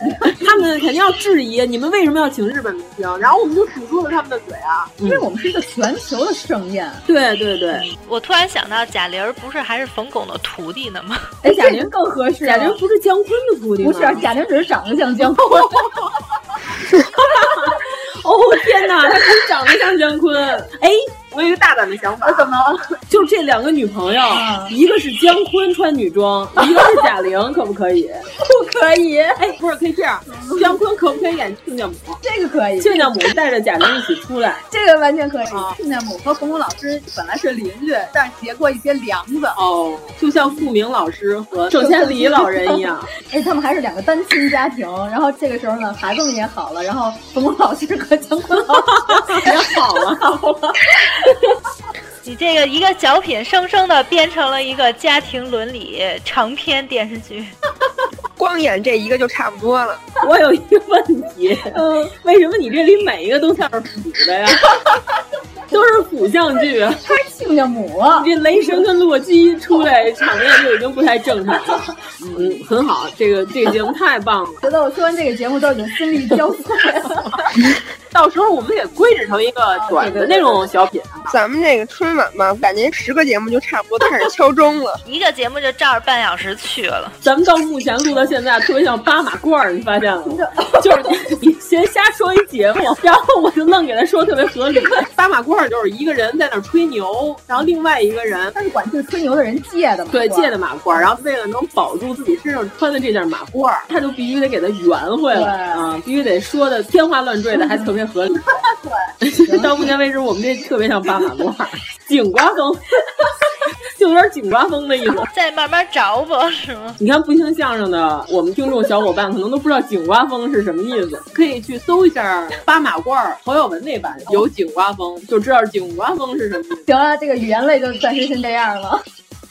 他们肯定要质疑你们为什么要请日本明星，然后我们就堵住了他们的嘴啊！因为我们是一个全球的盛宴。对对对，我突然想到，贾玲不是还是冯巩的徒弟呢吗？ 哎，贾玲更合适了，贾玲不是姜昆的徒弟吗？不是啊贾玲，只是长得像姜昆。 哦天哪，她真长得像姜昆。哎，我有一个大胆的想法，怎么？啊就这两个女朋友，一个是姜昆穿女装，一个是贾玲，可 不可以？不可以，哎，不是，可以这样，姜昆可不可以演亲家母？这个可以，亲家母带着贾玲一起出来。这个完全可以。啊亲家母和冯巩老师本来是邻居，但是结过一些梁子。哦，就像顾明老师和郑千里老人一样，哎，他们还是两个单亲家庭，然后这个时候呢，孩子们也好了，然后冯巩老师和姜昆老师 也好啊了，你这个一个小品，生生的变成了一个家庭伦理长篇电视剧。光演这一个就差不多了。 我有一个问题，嗯，为什么你这里每一个都像是腐的呀？ 都是腐向剧啊！他是亲家母啊，这雷神跟洛基出来场面就已经不太正常了。嗯，很 好，这个这个节目太棒了。 觉得我说完这个节目都已经心力交瘁了。到时候我们给规制成一个短的那种小品。啊咱们这个春晚嘛，感觉十个节目就差不多开始敲钟了，一个节目就照着半小时去了。咱们到目前录到现在，特别像八马褂儿，你发现了吗？就是你先瞎说一节目，然后我就愣给他说特别合理。八马褂儿就是一个人在那儿吹牛，然后另外一个人他是管这个吹牛的人借的嘛，对，借 的马褂儿，然后为了能保住自己身上穿的这件马褂儿，他就必须得给它圆回来啊，必须得说的天花乱坠的，还特别合理。对， 到目前为止，我们这特别像八马褂儿，井瓜风， 就有点井瓜风的意思。再慢慢找吧，是吗？你看不听相声的我们听众小伙伴可能都不知道井瓜风是什么意思，可以去搜一下八马褂儿侯耀文那版有井瓜风，就知道井瓜风是什么意思。行啊了，这个语言类就暂时先这样了。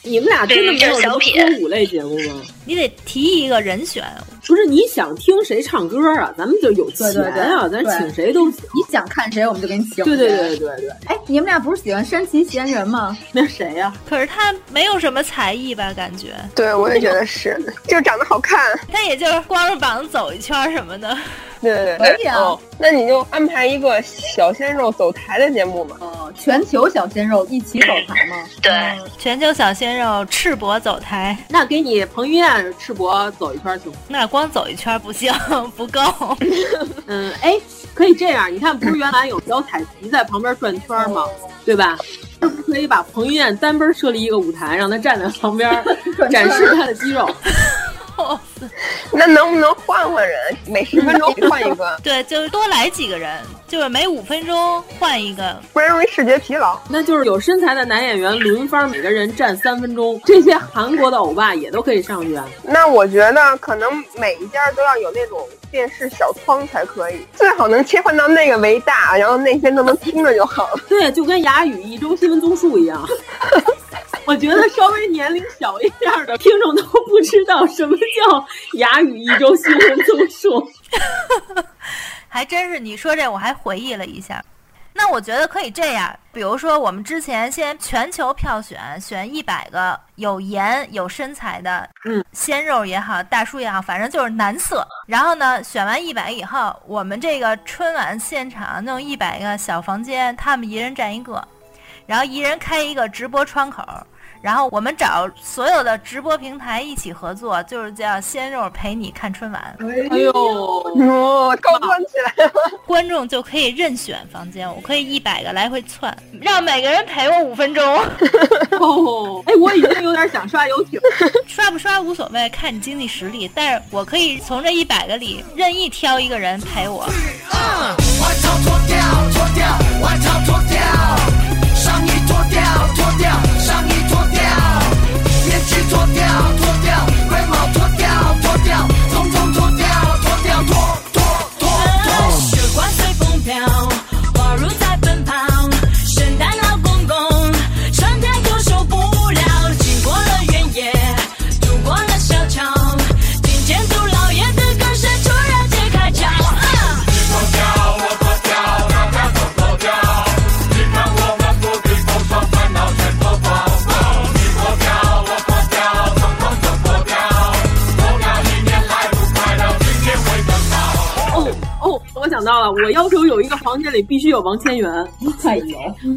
你们俩真的没有什么歌舞类节目吗？你得提一个人选，不是你想听谁唱歌啊？咱们就有钱啊，咱请谁都行。你想看谁，我们就给你请。对对对对对。哎，你们俩不是喜欢山崎贤人吗？那谁呀、啊？可是他没有什么才艺吧？感觉。 对，我也觉得是，就是长得好看。他也就是光着膀子走一圈什么的。对对对。可以啊、哦。那你就安排一个小鲜肉走台的节目嘛？哦，全球小鲜肉一起走台吗？对、嗯，全球小鲜肉赤膊走台。那给你彭于晏赤膊走一圈行吗？那光走一圈不行， 不够。嗯，哎，可以这样，你看，不是原来有小彩旗在旁边转圈吗？对吧？是不可以把彭于晏单边设立一个舞台，让他站在旁 边展示他的肌肉？那能不能换换人？每十分 钟换一个？对，就是多来几个人，就是每五分钟换一个，不然容易视觉疲劳。那就是有身材的男演员轮番每个人站三分钟，这些韩国的欧巴也都可以上去啊。那我觉得可能每一家都要有那种电视小窗才可以，最好能切换到那个为大，然后那些都能听着就好了。对，就跟哑语一周新闻综述一样。 我觉得稍微年龄小一点的听众都不知道什么叫哑语一周新闻综述，还真是你说这我还回忆了一下。那我觉得可以这样，比如说我们之前先全球票选，选一百个有颜有身材的，嗯，鲜肉也好，大叔也好，反正就是男色。然后呢，选完一百以后，我们这个春晚现场弄一百个小房间，他们一人占一个，然后一人开一个直播窗口。然后我们找所有的直播平台一起合作，就是叫“鲜肉陪你看春晚”。 哎呦，嗯哦、高端起来了！观众就可以任选房间，我可以一百个来回窜，让每个人陪我五分钟。 哦，哎，我已经有点想刷游艇，刷不刷无所谓，看你经济实力。但是我可以从这一百个里任意挑一个人陪我。嗯、我操脱掉，脱掉，我操脱掉，上衣脱掉，脱掉，上衣。脱掉，脱掉，龟毛脱掉，脱掉，统统脱掉，脱掉，脱脱脱脱。雪花随风飘，花儿在奔跑，圣诞老公公成天都受不了。经过了原野，渡过了小桥，听见杜老爷的歌声突然间开窍。脱掉，我脱掉，大家都脱掉，你看我们不必风霜烦恼全脱光。哦我想到了，我要求有一个房间里必须有王千源。哎呦，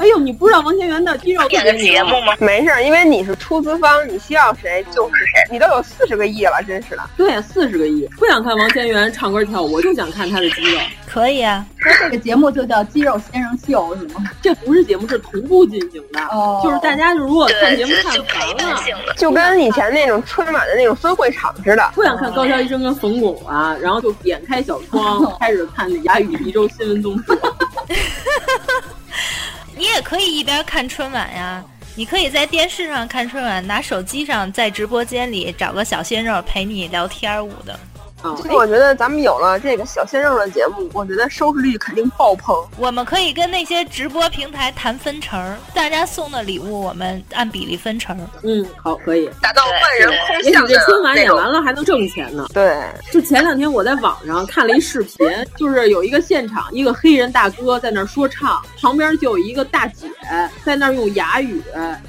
哎呦，哎你不知道王千源的肌肉演的节目吗？没事，因为你是出资方，你需要谁就是谁。你都有四十个亿了，真是的。对，四十个亿。不想看王千源唱歌跳舞，我就想看他的肌肉。可以啊，那这个节目就叫《肌肉先生秀》是吗？这不是节目，是同步进行的。哦，就是大家如果看节目看烦了，就跟以前那种春晚的那种分会场似的。不想看高桥医生跟冯巩啊，然后就点开小窗、哦、开始看。哑语一周新闻综述，你也可以一边看春晚呀，你可以在电视上看春晚，拿手机上在直播间里找个小鲜肉陪你聊天舞的。哦、我觉得咱们有了这个小鲜肉的节目，我觉得收视率肯定爆棚。我们可以跟那些直播平台谈分成，大家送的礼物我们按比例分成。嗯，好，可以达到万人空巷。这春晚演完了还能挣钱呢。对，就前两天我在网上看了一视频，就是有一个现场，一个黑人大哥在那儿说唱，旁边就有一个大姐在那儿用哑语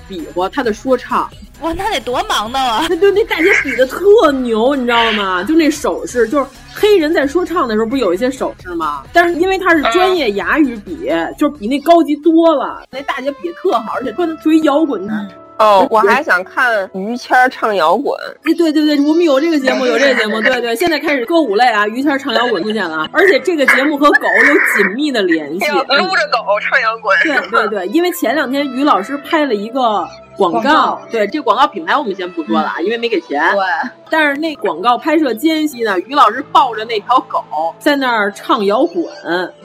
比划他的说唱。哇，那得多忙的啊！对，那大姐比的特牛，你知道吗？就那手势，就是黑人在说唱的时候不有一些手势吗？但是因为他是专业哑语比，就是比那高级多了。嗯那大姐比得特好，而且穿嗯的特别摇滚的。 哦，我还想看于谦唱摇 滚。哎，对对对，我们有这个节目，有这个节 目，对对。现在开始歌舞类啊，于谦唱摇滚出现了，而且这个节目和狗有紧哎密的联 系。嗯撸着狗唱摇 滚。对对对，因为前两天于老师拍了一个。广告，广告对这个广告品牌我们先不说了，啊，因为没给钱。对，但是那广告拍摄间隙呢，于老师抱着那条狗在那儿唱摇滚，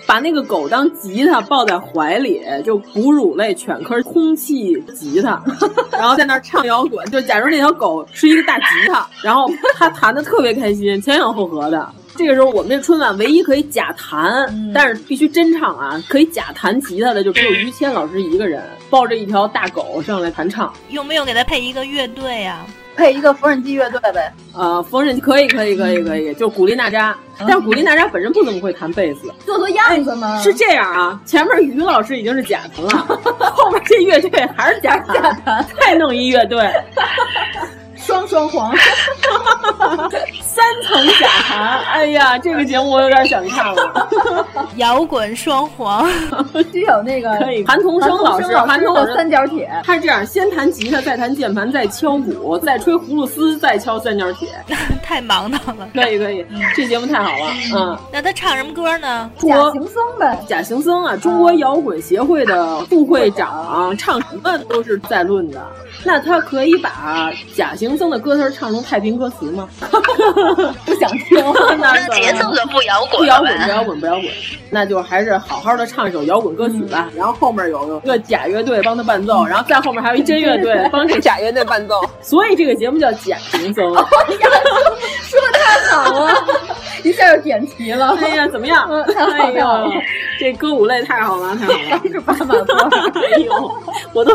把那个狗当吉他抱在怀里，就哺乳类犬科空气吉他， 然后在那儿唱摇滚，就假如那条狗是一个大吉他，然后他弹的特别开心，前仰后合的。这个时候，我们这春晚唯一可以假弹，但是必须真唱啊！可以假弹吉他的就只有于谦老师一个人，抱着一条大狗上来弹唱。用不用给他配一个乐队啊呀、配一个缝纫机乐队呗。呃，缝纫可以，可以，可以，可以，就鼓励大家。但是鼓励大家本身不怎么会弹贝斯，做做样子呢？是这样啊，前面于老师已经是假弹了，后面这乐队还是假弹，再弄一乐队，双双簧， 三层假弹。哎呀，这个节目我有点想看了。摇滚双簧， 就有那个可以韩童生老师韩韩童童老师生的三角铁，他是这样，先弹吉他，再弹键盘，再敲鼓，再吹葫芦丝，再敲三角铁。太忙叨了。可以可以，这节目太好了，嗯。那他唱什么歌呢？中国假行僧呗。贾行僧啊，中国摇滚协会的副会长，唱什么都是在论的。那他可以把贾行僧的歌词儿唱成太平歌词吗？ 不想听。那那节奏可不摇滚，不摇滚，不摇滚，不摇滚，那就还是好好的唱一首摇滚歌曲吧。嗯然后后面有一个假乐队帮他伴奏，然后再后面还有一真乐 队帮这，假乐队伴奏，所以这个节目叫假行僧。说的太好了， 一下就点题了。哎呀，怎么样？嗯 太好了哎呦，这歌舞类太好了，太好了。 是八马褂。 哎呦，我都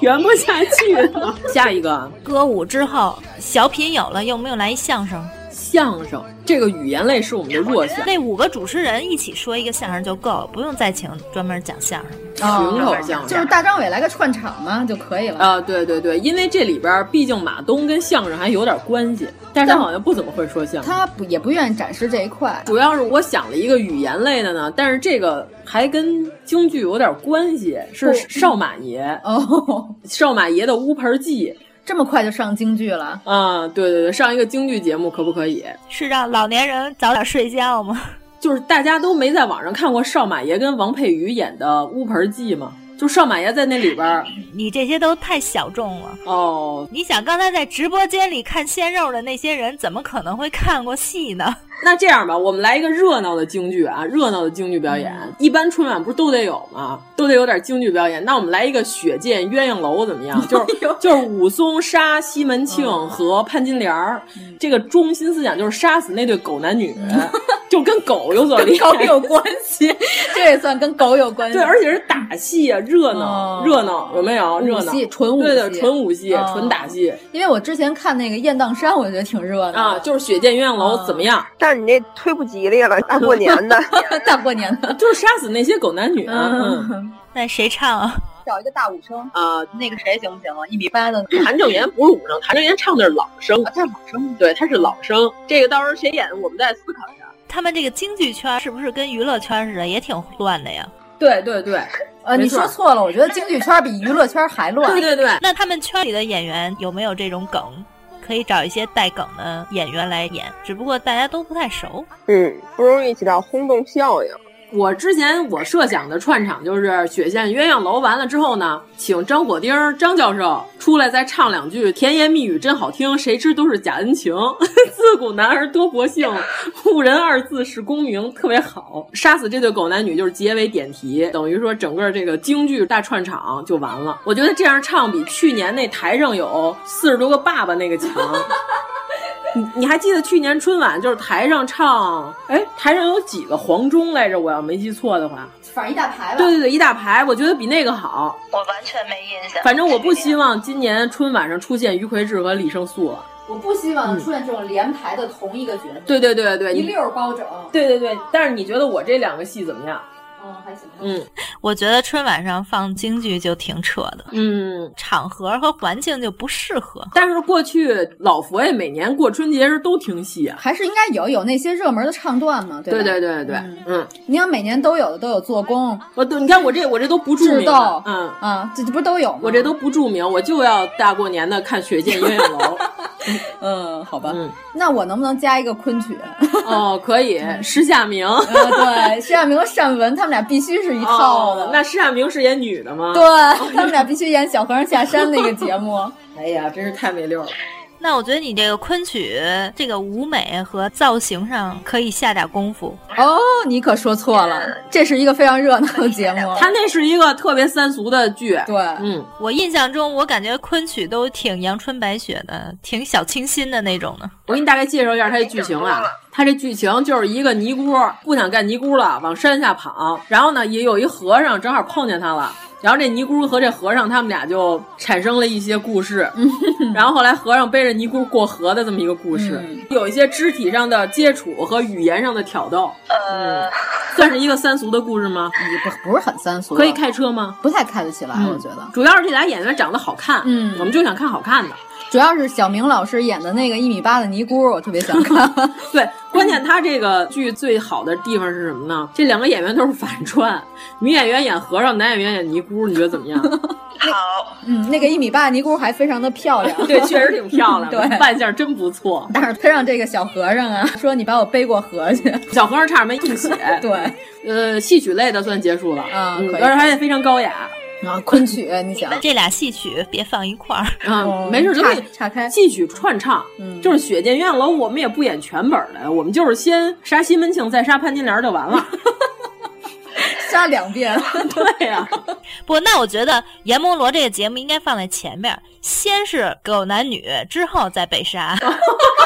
圆不下去了。下一个歌舞之后，小品有了，有没有来一相声？相声，这个语言类是我们的弱项，那五个主持人一起说一个相声就够了，不用再请专门讲相声。群口相就是声。大张伟来个串场嘛就可以了。啊，对对对，因为这里边儿毕竟马东跟相声还有点关系，但是他好像不怎么会说相声。他不也不愿意展示这一块，主要是我想了一个语言类的呢，但是这个还跟京剧有点关系，是哦少马爷，哦，少马爷的乌盆记这么快就上京剧了，啊，对对对，上一个京剧节目可不可以？是让老年人早点睡觉吗？就是大家都没在网上看过少马爷跟王佩瑜演的《乌盆记》吗？就少马爷在那里边 儿你这些都太小众了。哦，你想刚才在直播间里看鲜肉的那些人，怎么可能会看过戏呢？那这样吧，我们来一个热闹的京剧啊，热闹的京剧表演。嗯一般春晚不是都得有吗？都得有点京剧表演。那我们来一个雪见鸳鸯楼怎么样？就是哎就是武松杀西门庆嗯和潘金莲儿，这个中心思想就是杀死那对狗男 女，就跟狗 有所跟联狗有关系，这也算跟狗有关系。对，而且是打戏啊，热闹、嗯哦热闹，有没有热闹？戏纯武对的，戏纯武戏，哦纯打戏因为我之前看那个《雁荡山》，我觉得挺热闹啊，就是血溅鸳鸯楼嗯怎么样？ 但是你这忒不吉利了，大过年的。是 大过年的，就是杀死那些狗男女。嗯 嗯，那谁唱啊？找一个大武生，啊，那个谁行不行啊？一米八的，谭正源不是武生，谭正源唱的是老生，啊他是老生，对，他是老生。这个到时候谁演，我们再思考一下。他们这个京剧圈是不是跟娱乐圈似的，也挺乱的呀？对对对，呃，没你错说错了，我觉得京剧圈比娱乐圈还乱。对对对，那他们圈里的演员有没有这种梗？可以找一些带梗的演员来演，只不过大家都不太熟。嗯，不容易起到轰动效应。我之前我设想的串场就是雪线鸳鸯楼完了之后呢，请张果丁儿张教授出来再唱两句甜言蜜语真好听，谁知都是假恩情。 自古男儿多薄幸，妇人二字是功名，特别好。杀死这对狗男女就是结尾点题，等于说整个这个京剧大串场就完了。我觉得这样唱比去年那台上有四十多个爸爸那个强。 你你还记得去年春晚就是台上唱，哎，台上有几个黄忠来着？我要没记错的话，反正一大排吧。对对对，一大排，我觉得比那个好。我完全没印象。反正我不希望今年春晚上出现于奎志和李胜素了。我不希望出现这种连排的同一个角色，嗯对对对对，你溜包拯。对对对，但是你觉得我这两个戏怎么样？嗯，还行。嗯，我觉得春晚上放京剧就挺扯的，嗯，场合和环境就不适合。但是过去老佛爷每年过春节时都听戏啊，还是应该有有那些热门的唱段嘛，对吧？对对对对，嗯，你想每年都有的都有做工，我都你看我这我这都不著智名斗的，，嗯，啊，这这不都有吗？我这都不著名，我就要大过年的看《雪见音乐楼》 嗯，好吧，嗯，那我能不能加一个昆曲？ 哦，可以，嗯施夏明，呃，对，施亚明和单文他们俩必须是一套的。哦那施夏明是演女的吗？对，他们俩必须演小和尚下山那个节 目。哎呀，真是太没溜了。那我觉得你这个昆曲这个舞美和造型上可以下点功夫。哦，你可说错了，这是一个非常热闹的节目。 他那是一个特别三俗的剧，对，嗯，我印象中，我感觉昆曲都挺阳春白雪的，挺小清新的那种的。我给你大概介绍一下它的剧情啊。它这剧情就是一个尼姑不想干尼姑了，往山下跑，然后呢也有一和尚正好碰见她了。然后这尼姑和这和尚他们俩就产生了一些故事，然后后来和尚背着尼姑过河的这么一个故事，嗯有一些肢体上的接触和语言上的挑逗，嗯呃，算是一个三俗的故事吗？不不是很三俗，可以开车吗？不太开得起来，嗯我觉得。主要是这俩演员长得好看，嗯我们就想看好看的。主要是小明老师演的那个一米八的尼姑，我特别想 看。对，关嗯键他这个剧最好的地方是什么呢？这两个演员都是反串，女演员演和尚，男演员演尼姑，你觉得怎么样？ 好，嗯，那个一米八的尼姑还非常的漂亮，对，确实挺漂亮的，对，扮相真不错。 但是他让这个小和尚啊，说你把我背过河去，小和尚差点没吐血。对，呃，戏曲类的算结束了啊嗯可以而且还得非常高雅。啊，昆曲，你想，这俩戏曲别放一块儿，啊，没事儿，就岔给岔开，戏曲串唱，哦哎嗯就是《雪见鸳楼》，我们也不演全本儿的，我们就是先杀西门庆，再杀潘金莲儿就完 了。杀 两遍，哎对呀、不，那我觉得《阎摩罗》这个节目应该放在前面，先是狗男女，之后再被杀。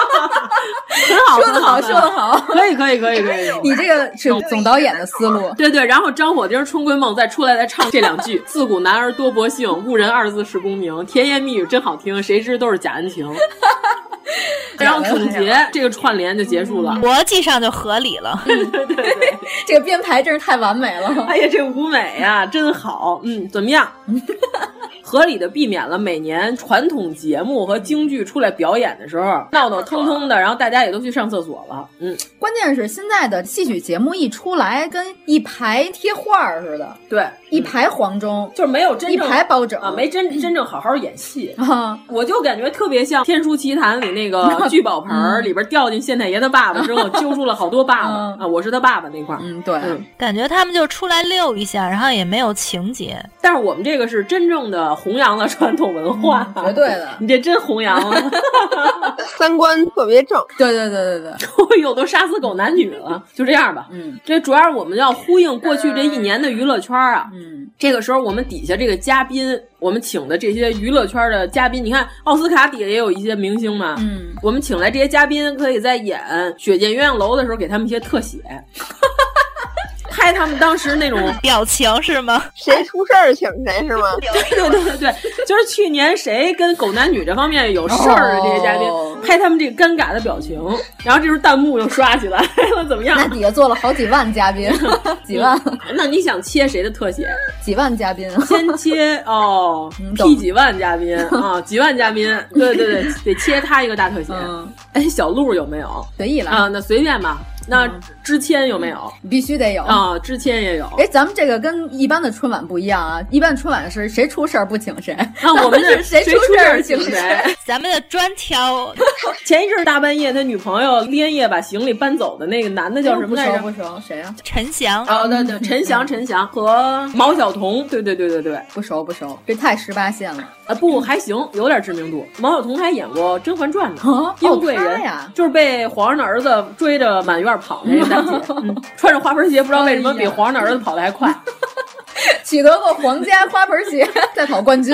很好，说得好很很说得好可以，可以，可以，可以。你这个是总导演的思 路，对对，然后张火丁、春闺梦再出来再唱这两句：“自古男儿多薄幸，误人二字是功名。甜言蜜语真好听，谁知都是假 恩情。”然后总结哎这个串联就结束嗯了。 逻辑上就合理了。这个编排真是太完美了。哎呀，这舞美呀、真好。嗯，怎么 样？合理的避免了每年传统节目和京剧出来表演的时候闹闹腾腾的，然后大家也都去上厕所了。嗯，关键是现在的戏曲节目一出来，跟一排贴画儿似的，对，一排黄钟，就是没有嗯真一正排包拯啊，没真真正好好演戏。啊，我就感觉特别像《天书奇谭》里 那个嗯聚宝盆儿里边掉进县太爷的爸爸之后，揪出了好多爸爸嗯啊，我是他爸爸那块儿。嗯，对，嗯，感觉他们就出来溜一下，然后也没有情节。但是我们这个是真正的弘扬了传统文化，嗯绝对的， 你这真弘扬了， 三观特别正。对对对对对，哎呦，都杀死狗男女了，就这样吧。嗯这主要是我们要呼应过去这一年的娱乐圈啊，嗯，这个时候，我们底下这个嘉宾，我们请的这些娱乐圈的嘉宾，你看奥斯卡底下也有一些明星嘛，嗯，我们请来这些嘉宾，可以在演《雪见鸳鸯楼》的时候给他们一些特写， 拍他们当时那 种。表情是吗？ 谁出事儿请谁是吗？对对对对，就是去年谁跟狗男女这方面有事儿的这些嘉宾哦拍他们这个尴尬的表情，然后这时候弹幕又刷起来 了，怎么样那？底下坐了好几万 嘉宾，几万那你想切谁的特 写？几万嘉宾，啊先切哦嗯懂，P 几万嘉宾 啊，几万嘉宾，对对对，得切他一个大特写。嗯，哎，小鹿有没有随意了，啊？那随便吧。那嗯知谦有没有必须得有。啊？知谦也有。哎，咱们这个跟一般的春晚不一样啊！一般春晚是谁出事儿不请 谁，啊，我们是谁谁出事儿儿请请谁？？咱们就专挑前一阵儿大半夜，他女朋友连夜把行李搬走的那个男的叫什么来着不？熟，不熟，谁呀、啊陈翔。哦，对 对，陈翔，陈翔和毛晓彤，对对对对对，不熟，不熟，这太十八线 了。啊不还行，有点知名度。毛晓彤还演过《甄嬛传》呢，哦英贵哦人她呀就是被皇上的儿子追着满院跑那个大姐，嗯穿着花盆鞋，不知道为什么比皇上的儿子跑得还快。嗯取得过皇家花盆鞋， 再跑 冠军。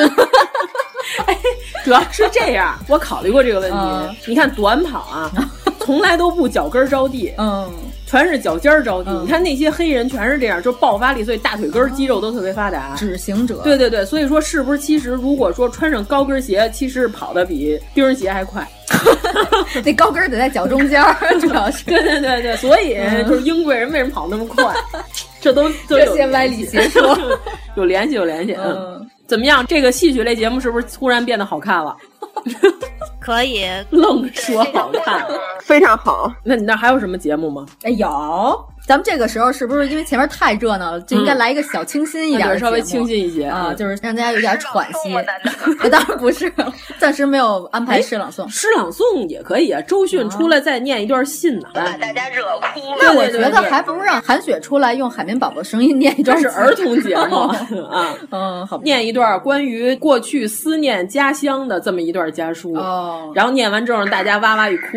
主要是这样，我考虑过这个问题。嗯你看短跑啊，从来都不脚跟儿着地，嗯，全是脚尖儿着地。嗯哦你看那些黑人全是这样，就爆发力，所以大腿根儿肌肉都特别发达。执行者，对对对，所以说是不是？其实如果说穿上高跟鞋，其实跑得比钉儿鞋还快。那高跟儿 得在脚中间儿，主要是。对对对对，所以就是英贵人为什么跑那么快？这都都嗯 这些歪理邪说 有联系，有联系。嗯，怎么样？这个戏曲类节目是不是突然变得好看了？可以愣说好看，非常好。那你那还有什么节目吗？哎，有。咱们这个时候是不是因为前面太热闹了，就应该来一个小清新一点的、嗯嗯、稍微清新一些啊、嗯，就是让大家有点喘 息。 啊当然不是，暂时没有安哎排诗朗诵。诗朗诵也可以啊，周迅出来再念一段信呢，把大家热哭了。那我觉得还不如让韩雪出来用海绵宝宝声音念一 段。这是儿童节目 啊，嗯，好，念一段关于过去思念家乡的这么一段家书。哦，然后念完之后，大家哇哇一哭，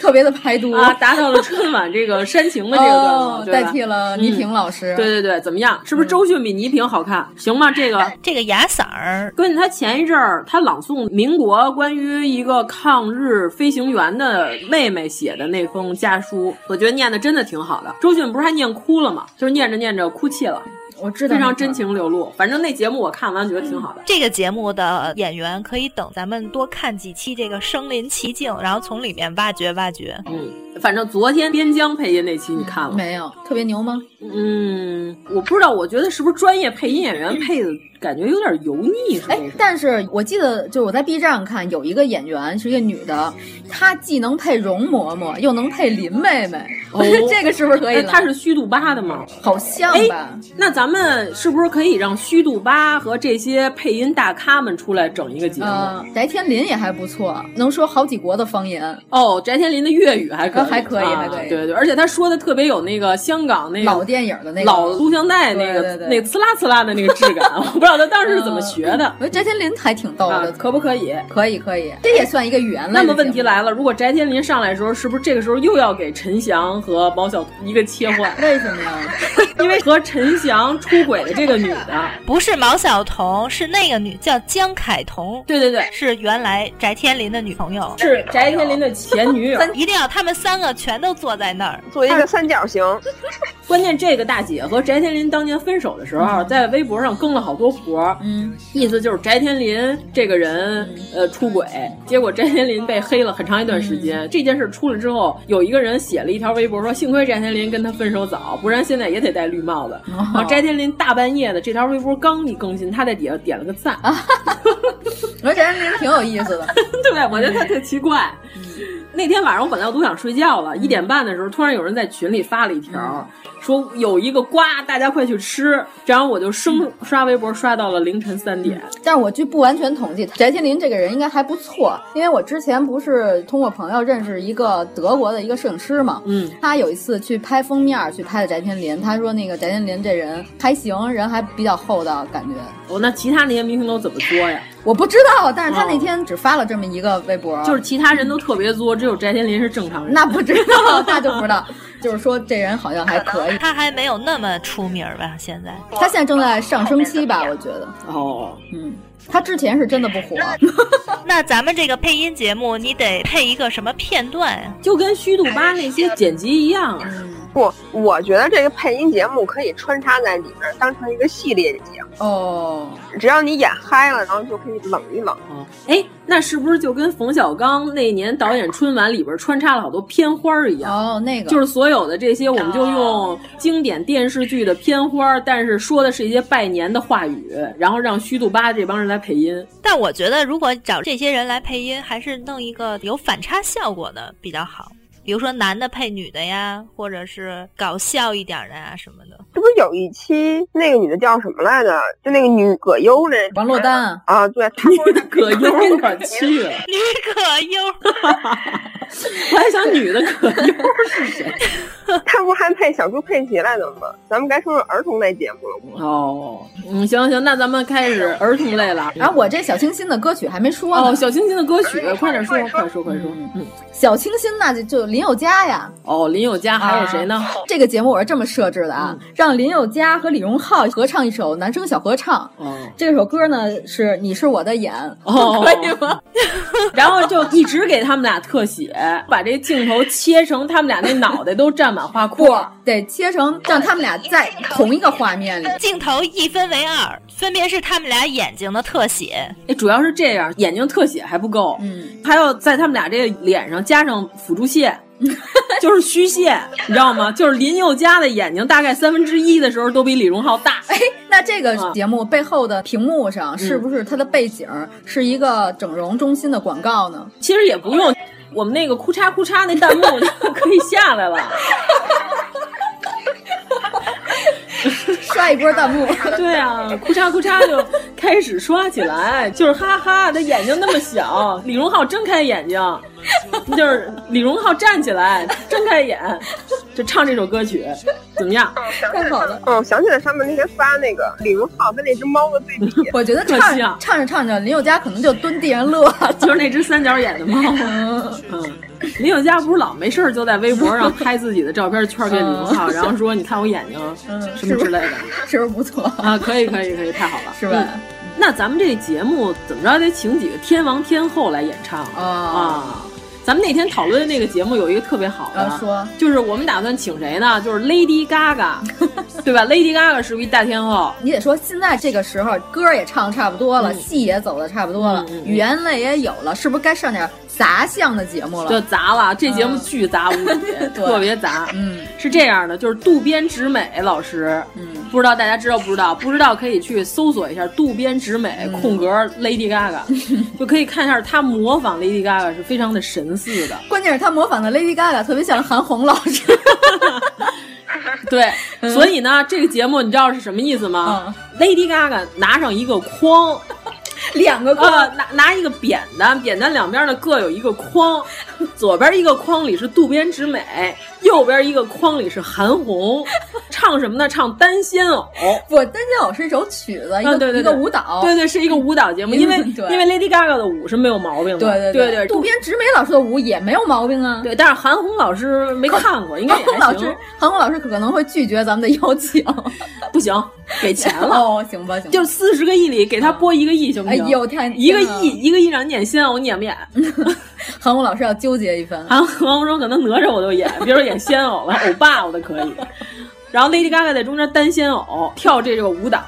特别的排毒 啊，达到了春晚这个煽情。情的这个段落、哦、代替了嗯倪萍老师、啊嗯，对对对，怎么样？是不是周迅比倪萍好看？嗯、行吗？这个哎这个哑嗓儿，跟他前一阵儿他朗诵民国关于一个抗日飞行员的妹妹写的那封家书，我觉得念的真的挺好的。周迅不是还念哭了吗？就是念着念着哭泣了。我知道非常真情流露，反正那节目我看完觉得挺好的。这个节目的演员可以等咱们多看几期这个身临其境，然后从里面挖掘挖掘。嗯，反正昨天边疆配音那期你看了、嗯、没有？特别牛吗？嗯，我不知道，我觉得是不是专业配音演员配的。感觉有点油腻，哎，但是我记得就是我在 B 站上看有一个演员是一个女的，她既能配容嬷嬷，又能配林妹妹，哦、 哎这个是不是可以？她是哎虚度八的吗？ 好像吧。那咱们是不是可以让虚度八和这些配音大咖们出来整一个节目？呃、翟天临也还不错，能说好几国的方言。哦，翟天临的粤语还可以，哦还可以，啊、还可以。对对，而且他说的特别有那个香港那个老电影的那个老录像带那个那呲啦呲啦的那个质感。不知道他当时是怎么学的？我觉得翟天临还挺逗的，可不可以？可以，可以，这也算一个语言类。那么问题来了，如果翟天临上来的时候，是不是这个时候又要给陈翔和毛晓彤一个切换？ 为什么呀？因为和陈翔出轨的这个女的不是毛晓彤，是那个女叫江凯彤。 对对对，是原来翟天临的女朋友，是翟天临的前女 友。一定要他们三个全都坐在那儿，做一个三角形。关键这个大姐和翟天临当年分手的时候，在微博上更了好多。活，嗯，意思就是翟天临这个人，呃，出轨，结果翟天临被黑了很长一段时间。这件事出了之后，有一个人写了一条微博说，幸亏翟天临跟他分手早，不然现在也得戴绿帽子。然后翟天临大半夜的，这条微博刚一更新，他在底下点了个赞。我觉得翟天临挺有意思的， 对，我觉得他特奇怪。那天晚上我本来我都想睡觉了，一点半的时候，突然有人在群里发了一条，说有一个瓜，大家快去吃。然后我就生刷微博刷到了凌晨三点。但是我据不完全统计，翟天临这个人应该还不错，因为我之前不是通过朋友认识一个德国的一个摄影师嘛，嗯，他有一次去拍封面去拍的翟天临，他说那个翟天临这人还行，人还比较厚道，感觉。哦，那其他那些明星都怎么作呀？我不知道，但是他那天只发了这么一个微博，哦、就是其他人都特别作，只有翟天临是正常人。那不知道，那就不知道。就是说，这人好像还可以，他还没有那么出名吧？现在他现在正在上升期吧？我觉得。哦，嗯。他之前是真的不火，那咱们这个配音节目，你得配一个什么片段呀、啊？就跟虚度吧那些剪辑一样、啊。不，我觉得这个配音节目可以穿插在里面，当成一个系列节目。 哦，只要你演嗨了，然后就可以冷一冷。哦，哎，那是不是就跟冯小刚那年导演春晚里边穿插了好多片花儿一样？哦，那个就是所有的这些，我们就用经典电视剧的片花儿，但是说的是一些拜年的话语，然后让虚度吧这帮人来。配音，但我觉得如果找这些人来配音，还是弄一个有反差效果的比较好。比如说男的配女的呀，或者是搞笑一点的呀什么的。 这不有一期那个女的叫什么来着？就那个女葛优那王珞丹啊，对， 女葛优可去了，女葛优，我还想女的葛优是谁？ 她不还配小猪佩奇来着吗？咱们该说说儿童类节目了。哦，嗯，行行，那咱们开始儿童类了。然后、啊、我这小清新的歌曲还没说呢。哦，小清新的歌曲，快点说，快说，快说。嗯，小清新那就就。林宥嘉呀，哦，林宥嘉还有谁呢、啊？这个节目我是这么设置的啊，嗯、让林宥嘉和李荣浩合唱一首男声小合唱。哦，这首歌呢是《你是我的眼》，哦，啊 可以吗？然后就一直给他们俩特写，把这镜头切成他们俩那脑袋都占满 画框，得切成让他们俩在同一个画面里。 镜头一分为二，分别是他们俩眼睛的特写。哎，主要是这样，眼睛特写还不够，嗯， 还要在他们俩这个脸上加上辅助线。就是虚线，你知道吗？就是林宥嘉的眼睛大概三分之一的时候都比李荣浩大。哎，那这个节目背后的屏幕上是不是它的背景是一个整容中心的广告呢？其实也不用，我们那个哭嚓哭嚓那弹幕就可以下来了。刷一波弹幕，对啊，哭嚓哭嚓就开始刷起来，就是哈哈，他眼睛那么小，李荣浩睁开眼睛，就是李荣浩站起来，睁开眼，就唱这首歌曲，怎么样？太好了，哦，想起来他们那天发那个李荣浩跟那只猫的对比， 我觉得唱唱着唱着，林宥嘉可能就蹲地上乐， 就是那只三角眼的猫。 嗯，林宥嘉不是老没事儿就在微博上拍自己的照片圈给李荣浩，然后说你看我眼睛什么之类的。嗯是不是不错啊？可以，可以，可以，太好了，是吧？嗯、那咱们这节目怎么着得请几个天王天后来演唱、哦、啊？咱们那天讨论的那个节目有一个特别好的，啊、说就是我们打算请谁呢？就是 Lady Gaga，对吧？Lady Gaga 是不是一大天后？你得说现在这个时候歌也唱差不多了，嗯、戏也走的差不多了，嗯、语言类也有了，是不是该上点杂项的节目了？就杂了，这节目巨杂无 比，嗯、特别杂。嗯，是这样的，就是渡边直美老师，嗯，不知道大家知道不知道？不知道可以去搜索一下渡边直美嗯空格 Lady Gaga，就 可以看一下她模仿 Lady Gaga 是非常的神似 的。关键是她模仿的 Lady Gaga 特别像韩红老 师。对，所以呢，这个节目你知道是什么意思吗、嗯、 ？Lady Gaga 拿上一个筐，两个筐，呃、拿拿一个扁担，扁担两边呢各有一个筐，左边一个筐里是渡边直美，右边一个筐里是韩红， 唱什么呢？唱单仙偶。不，单仙偶是一首曲子，一个、嗯、一个舞蹈，对对，是一个舞蹈节目，因为因为 Lady Gaga 的舞是没有毛病的，对嗯对对对，渡边直美老师的舞也没有毛病啊，对，但是韩红老师没看过，应该韩红老师，韩红老师可能会拒绝咱们的邀请，不行，给 钱了，哦，行吧行，就四十个亿里给他拨一个亿行不行？哎呦天，一个亿一个亿让你演仙偶，你演不演？韩红老师要纠结一番，韩韩红说可能哪吒我都演，别说演仙偶了， 欧巴我都可以。然后 Lady Gaga 在中间单仙偶跳这个舞蹈，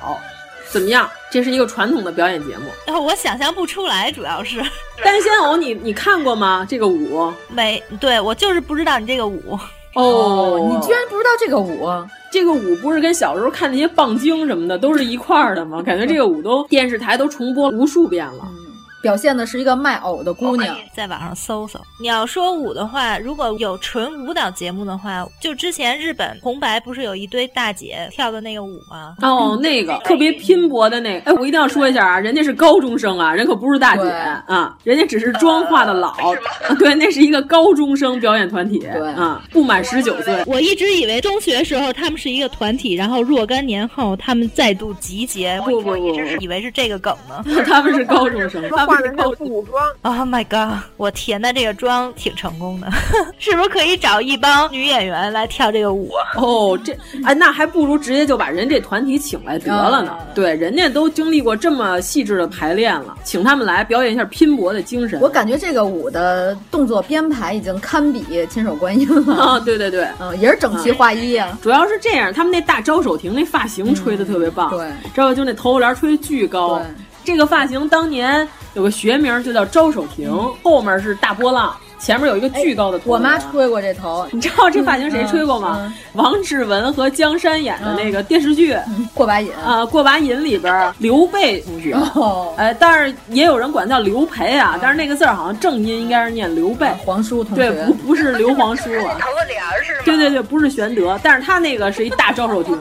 怎么样？这是一个传统的表演节目。然后、哦、我想象不出来，主要是 单仙偶你，你你看过吗？这个舞没？对我就是不知道你这个舞。哦，你居然不知道这个舞？这个舞不是跟小时候看那些棒精什么的都是一块儿的吗？感觉这个舞都电视台都重播无数遍了。嗯表现的是一个卖偶的姑娘，在网上搜搜。哎你要说舞的话，如果有纯舞蹈节目的话，就之前日本红白不是有一堆大姐跳的那个舞吗？哦，那个特别拼搏的那个，哎，我一定要说一下啊，人家是高中生啊，人可不是大姐啊，人家只是妆化的老、啊， 对，那是一个高中生表演团体，对啊，不满十九岁。我一直以为中学时候他们是一个团体，然后若干年后他们再度集结，不不不，以为是这个梗呢，他们是高中生。化的是复古妆，Oh my god！我天，那这个妆挺成功的， 是不是可以找一帮女演员来跳这个舞？哦，这哎，那还不如直接就把人这团体请来得了呢。嗯、对，人家都经历过这么细致的排练了，请他们来表演一下拼搏的精神。我感觉这个舞的动作编排已经堪比《千手观音》了。 啊、 哦，对对对，嗯，也是整齐划一啊、嗯。主要是这样，他们那大招手婷那发型吹的特别棒，嗯、对，知道吧？就那头发帘吹巨哎高。这个发型当年有个学名就叫招手亭，嗯、后面是大波浪，前面有一个巨高的头、哎。我妈吹过这头，你知道这发型谁吹过吗？嗯嗯、嗯王志文和姜山演的那个电视剧《过把瘾》啊，《过把瘾》里边刘备同学，哦、 呃，但是也有人管叫刘培啊，但是那个字儿好像正音应该是念刘备，皇哎叔嗯同学，对，不不是刘皇叔啊，头发帘是吗？对对对，不是玄德，但是他那个是一大招手亭，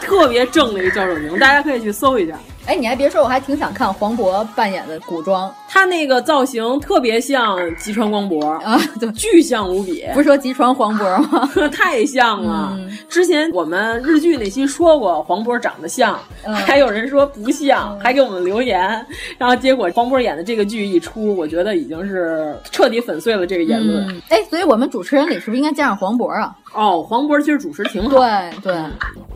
特别正的一招手亭，大家可以去搜一下。哎，你还别说，我还挺想看黄渤扮演的古装，他那个造型特别像吉川光博啊，对，巨像无比。 不是说吉川黄渤吗？太像了。嗯、之前我们日剧那期说过黄渤长得像，嗯、还有人说不像，嗯、还给我们留言。然后结果黄渤演的这个剧一出，我觉得已经是彻底粉碎了这个言论。哎，所以我们主持人里是不是应该加上黄渤啊？哦，黄渤其实主持挺好。对对。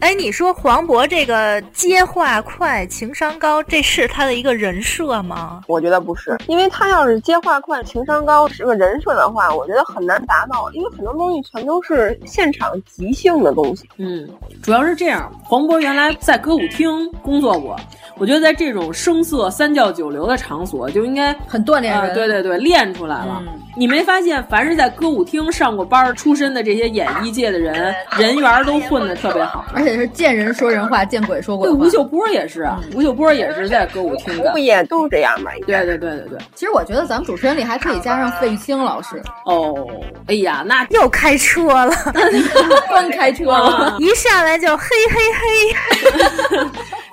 哎，你说黄渤这个接话快、情商高，这是他的一个人设吗？我觉得不是，因为他要是接话快、情商高是个人设的话，我觉得很难达到，因为很多东西全都是现场即兴的东西。嗯，主要是这样，黄渤原来在歌舞厅工作过，我觉得在这种声色三教九流的场所就应该很锻炼人、呃，对对对，练出来了。嗯你没发现，凡是在歌舞厅上过班儿出身的这些演艺界的人，人缘儿都混得特别好，而且是见人说人 话，见鬼说鬼对，话。吴秀波也是，啊嗯吴秀波也是在歌舞厅的，不也都这样吧？对对对对对。其实我觉得咱们主持人里还可以加上费玉清 老师。哦，哎呀，那又开车了，光开车啊 了，一上来就嘿嘿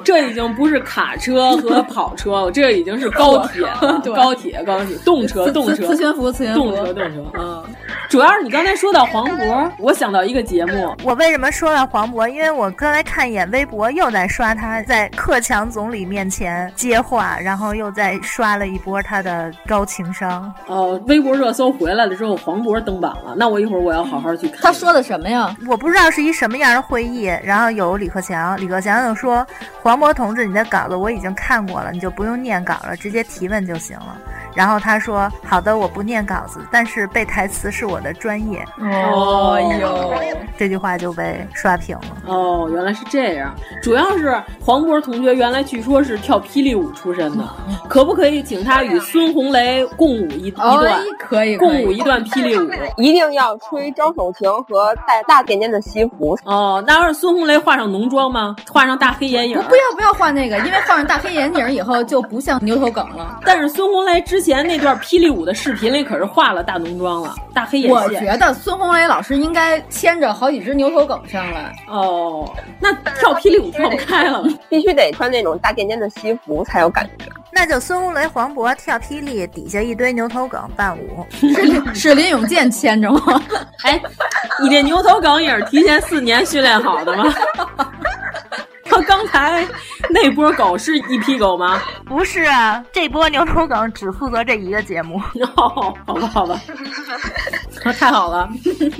这已经不是卡车和跑车了，这已经是高铁了，对 高铁高铁，动车磁动车，磁悬浮磁悬浮动车动车，嗯。主要是你刚才说到黄嗯渤，我想到一个节目，嘿。我为什么说到黄渤？因为我刚才看一眼微博，又在刷他在克强总理面前接话，然后又在刷了一波他的高情商。哦，微博热搜回来了之后，黄渤登榜了，那我一会儿我要好好去看。他说的什么呀？我不知道是一什么样的会议，然后有李克强，李克强就说：“黄渤同志，你的稿子我已经看过了，你就不用念稿了，直接提问就行了。”然后他说：“好的，我不念稿子，但是背台词是我的专业。”哦哎呦，这句话就被刷屏了。哦，原来是这样。主要是黄渤同学原来据说是跳霹雳舞出身的，哦可不可以请他与孙红雷共舞一、一段？哦可以共舞一段霹雳舞。一定要吹招手情和带大点点的西服。哦，那要是孙红雷画上浓妆吗？画上大黑眼影儿？不要不要画那个，因为画上大黑眼影以后就不像牛头梗了。但是孙红雷之前那段霹雳舞的视频里可是画了大浓妆了，大黑眼线。我觉得孙红雷老师应该牵着好几只牛头梗上 来。哦，那跳霹雳舞跳不开了。必须得穿那种大点点的西服才有感觉。那就孙红雷、黄渤跳霹雳，底下一堆牛头梗伴舞。是林是林永健牵着吗？ 哎，你这牛头梗也是提前四年训练好的吗？他刚 才那波狗是一批狗吗？不是啊，这波牛头梗只负责这一个节目。哦，好吧，好吧，太好了，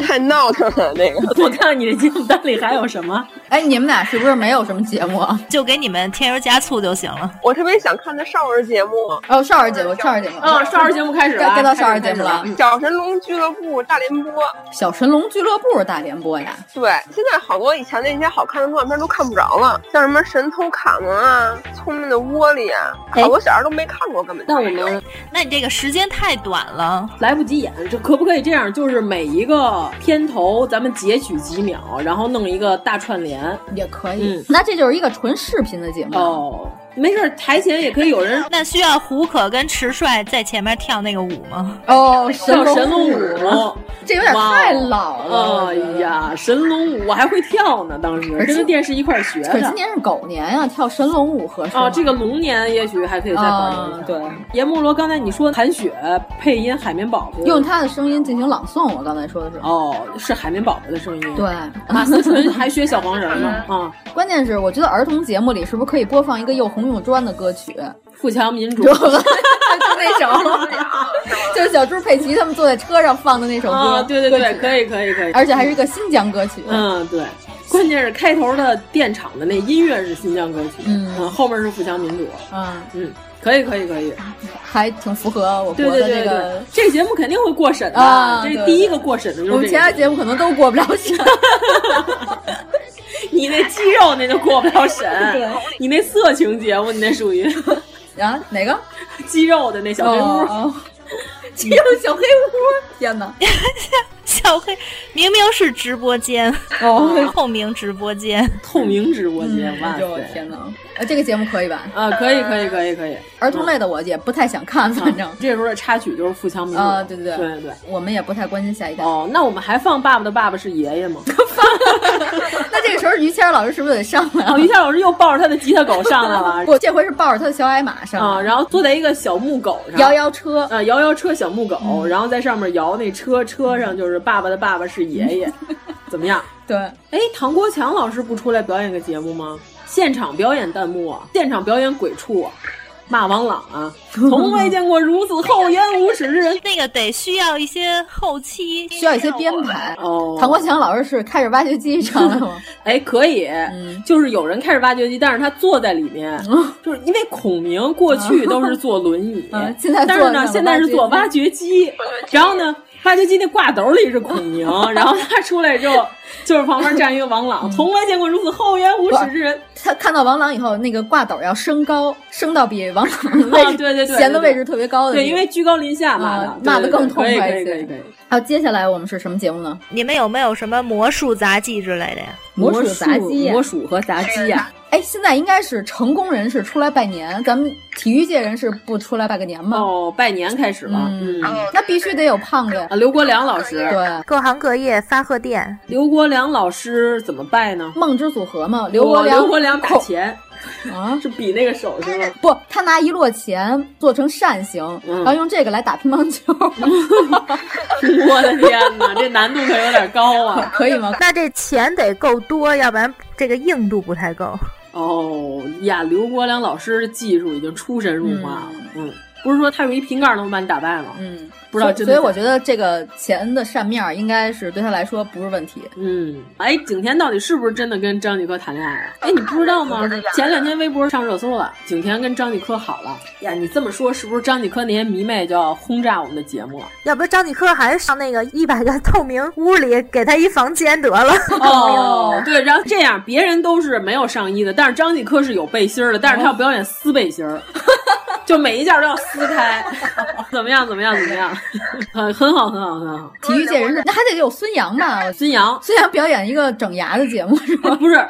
太闹腾了那个。我看看你这节目单里还有什么？哎，你们俩是不是没有什么节目啊？就给你们添油加醋就行了。我特别想看的少儿节目，哦，少儿节目，少儿节目，哦少儿节目开始了该该到少儿节目了。小神龙俱乐部大联播。小神龙俱乐部大联播呀，对，现在好多以前那些好看的动画片都看不着了，像什么《神偷卡门》啊，《聪明的窝里》啊，哎好多小孩都没看过，根本就。那我们那你这个时间太短了，来不及演，这可不可以这样？就是每一个片头咱们截取几秒，然后弄一个大串联。也可以嗯。那这就是一个纯视频的节目。哦，没事儿，台前也可以有人那需要胡可跟迟帅在前面跳那个舞吗？哦，神跳龙神龙舞， 哦这有点太老了。哎呀，神龙舞我还会跳呢，当时而且跟着电视一块儿学可今的。年是狗年啊，跳神龙舞合适吗啊，这个龙年也许还可以再保留一下。啊对，阎摩罗，刚才你说韩雪配音海绵宝宝，用他的声音进行朗诵，我刚才说的是。哦，是海绵宝宝的声音。对，嗯马思纯还学小黄人呢啊！关键是我觉得儿童节目里是不是可以播放一个又红又专的歌曲？富强民主就就那首，就是小猪佩奇他们坐在车上放的那首歌。啊，对对对，歌曲可以可以可以，而且还是个新疆歌曲。嗯对，关键是开头的电场的那音乐是新疆歌曲，嗯后面是富强民主，嗯，嗯，可以可以可以，还挺符合我对国对的对这对个。，这个节目肯定会过审的，啊这对第一个过审的就是我们其这他个。节目可能都过不了 审。你那肌肉那就过不了审， 对你那色情节目你那 属于啊，哪个？肌肉的那小黑屋。哦 哦这就是小黑屋！天哪！哎小黑明明是直播间，哦，透明直播间，透明直播间，嗯哇哎呦我塞！天哪！呃，这个节目可以吧？啊，可以，可以，可以，可以。儿童类的我也不太想看， 反正啊这时候的插曲就是《富强民主》啊，对对对对对对。我们也不太关心下一代。哦，那我们还放《爸爸的爸爸是爷爷》 吗？那这个时候于谦老师是不是得上来啊，于？谦老师又抱着他的吉他狗上来了 不，这回是抱着他的小矮马上啊，然后坐在一个小木狗上，摇嗯摇车，啊，摇摇车小木狗，然后在上面摇那车，车上就是爸爸的爸爸是爷 爷，怎么样？对，哎，唐国强老师不出来表演个节目吗？现场表演弹幕啊，现场表演鬼畜啊，骂王朗 啊，从未见过如此厚颜无耻之人。那个得需要一些后期，需要一些编排。哦，唐国强老师是开着挖掘机上来 吗？哎，可以，嗯就是有人开始挖掘机，但是他坐在里面，就是因为孔 明过去都是坐轮椅，嗯嗯现在坐但是呢，上了现在是坐挖掘机，然后呢，挖掘机那挂斗里是孔 明，然后他出来之后就是旁边站一个王嗯朗，从未见过如此厚颜无耻之人。他看到王朗以后，那个挂斗要升高，升到比王朗位啊对对对闲的位置特别高的地对，方，因为居高临下骂的啊，嗯骂的对更对痛对快可一以可以可以些可以。。还有接下来我们是什么节目呢？你们有没有什么魔术杂技之类的呀？魔术杂技呀魔术和杂技呀、哎，现在应该是成功人士出来拜年，咱们体育界人士不出来拜个年吗？哦，拜年开始了，嗯，啊那必须得有胖子。刘国梁老师，哦对，各行各业发贺电，刘国梁老师怎么拜呢？梦之组合嘛，刘国梁，刘国梁打钱啊，是比那个手是吗？不，他拿一摞钱做成扇形，然后用这个来打乒乓 球，我的天哪，这难度可有点高 啊！可以吗？那这钱得够多，要不然这个硬度不太够。哦呀，刘国梁老师的技术已经出神入化了，嗯，不是说他有一瓶盖能把你打败吗？嗯，不知道所真的假的，以所以我觉得这个钱的扇面儿应该是对他来说不是问题。嗯，哎，景甜到底是不是真的跟张继科谈恋爱了？哎，你不知道吗？前两天微博上热搜了，景甜跟张继科好了。呀，你这么说，是不是张继科那些迷妹就要轰炸我们的节 目了？要不张继科还上那个一百个透明屋里给他一房间得了。 哦，对，然后这样，别人都是没有上衣的，但是张继科是有背心儿的，但是他要表演撕背 心儿，就每一件都要撕开， 怎么样？怎么样？怎么样？ 很很好，很好，很好。体育界人士，那还得有孙杨吧？孙杨，孙杨表演一个整牙的节目是吧？哎不是，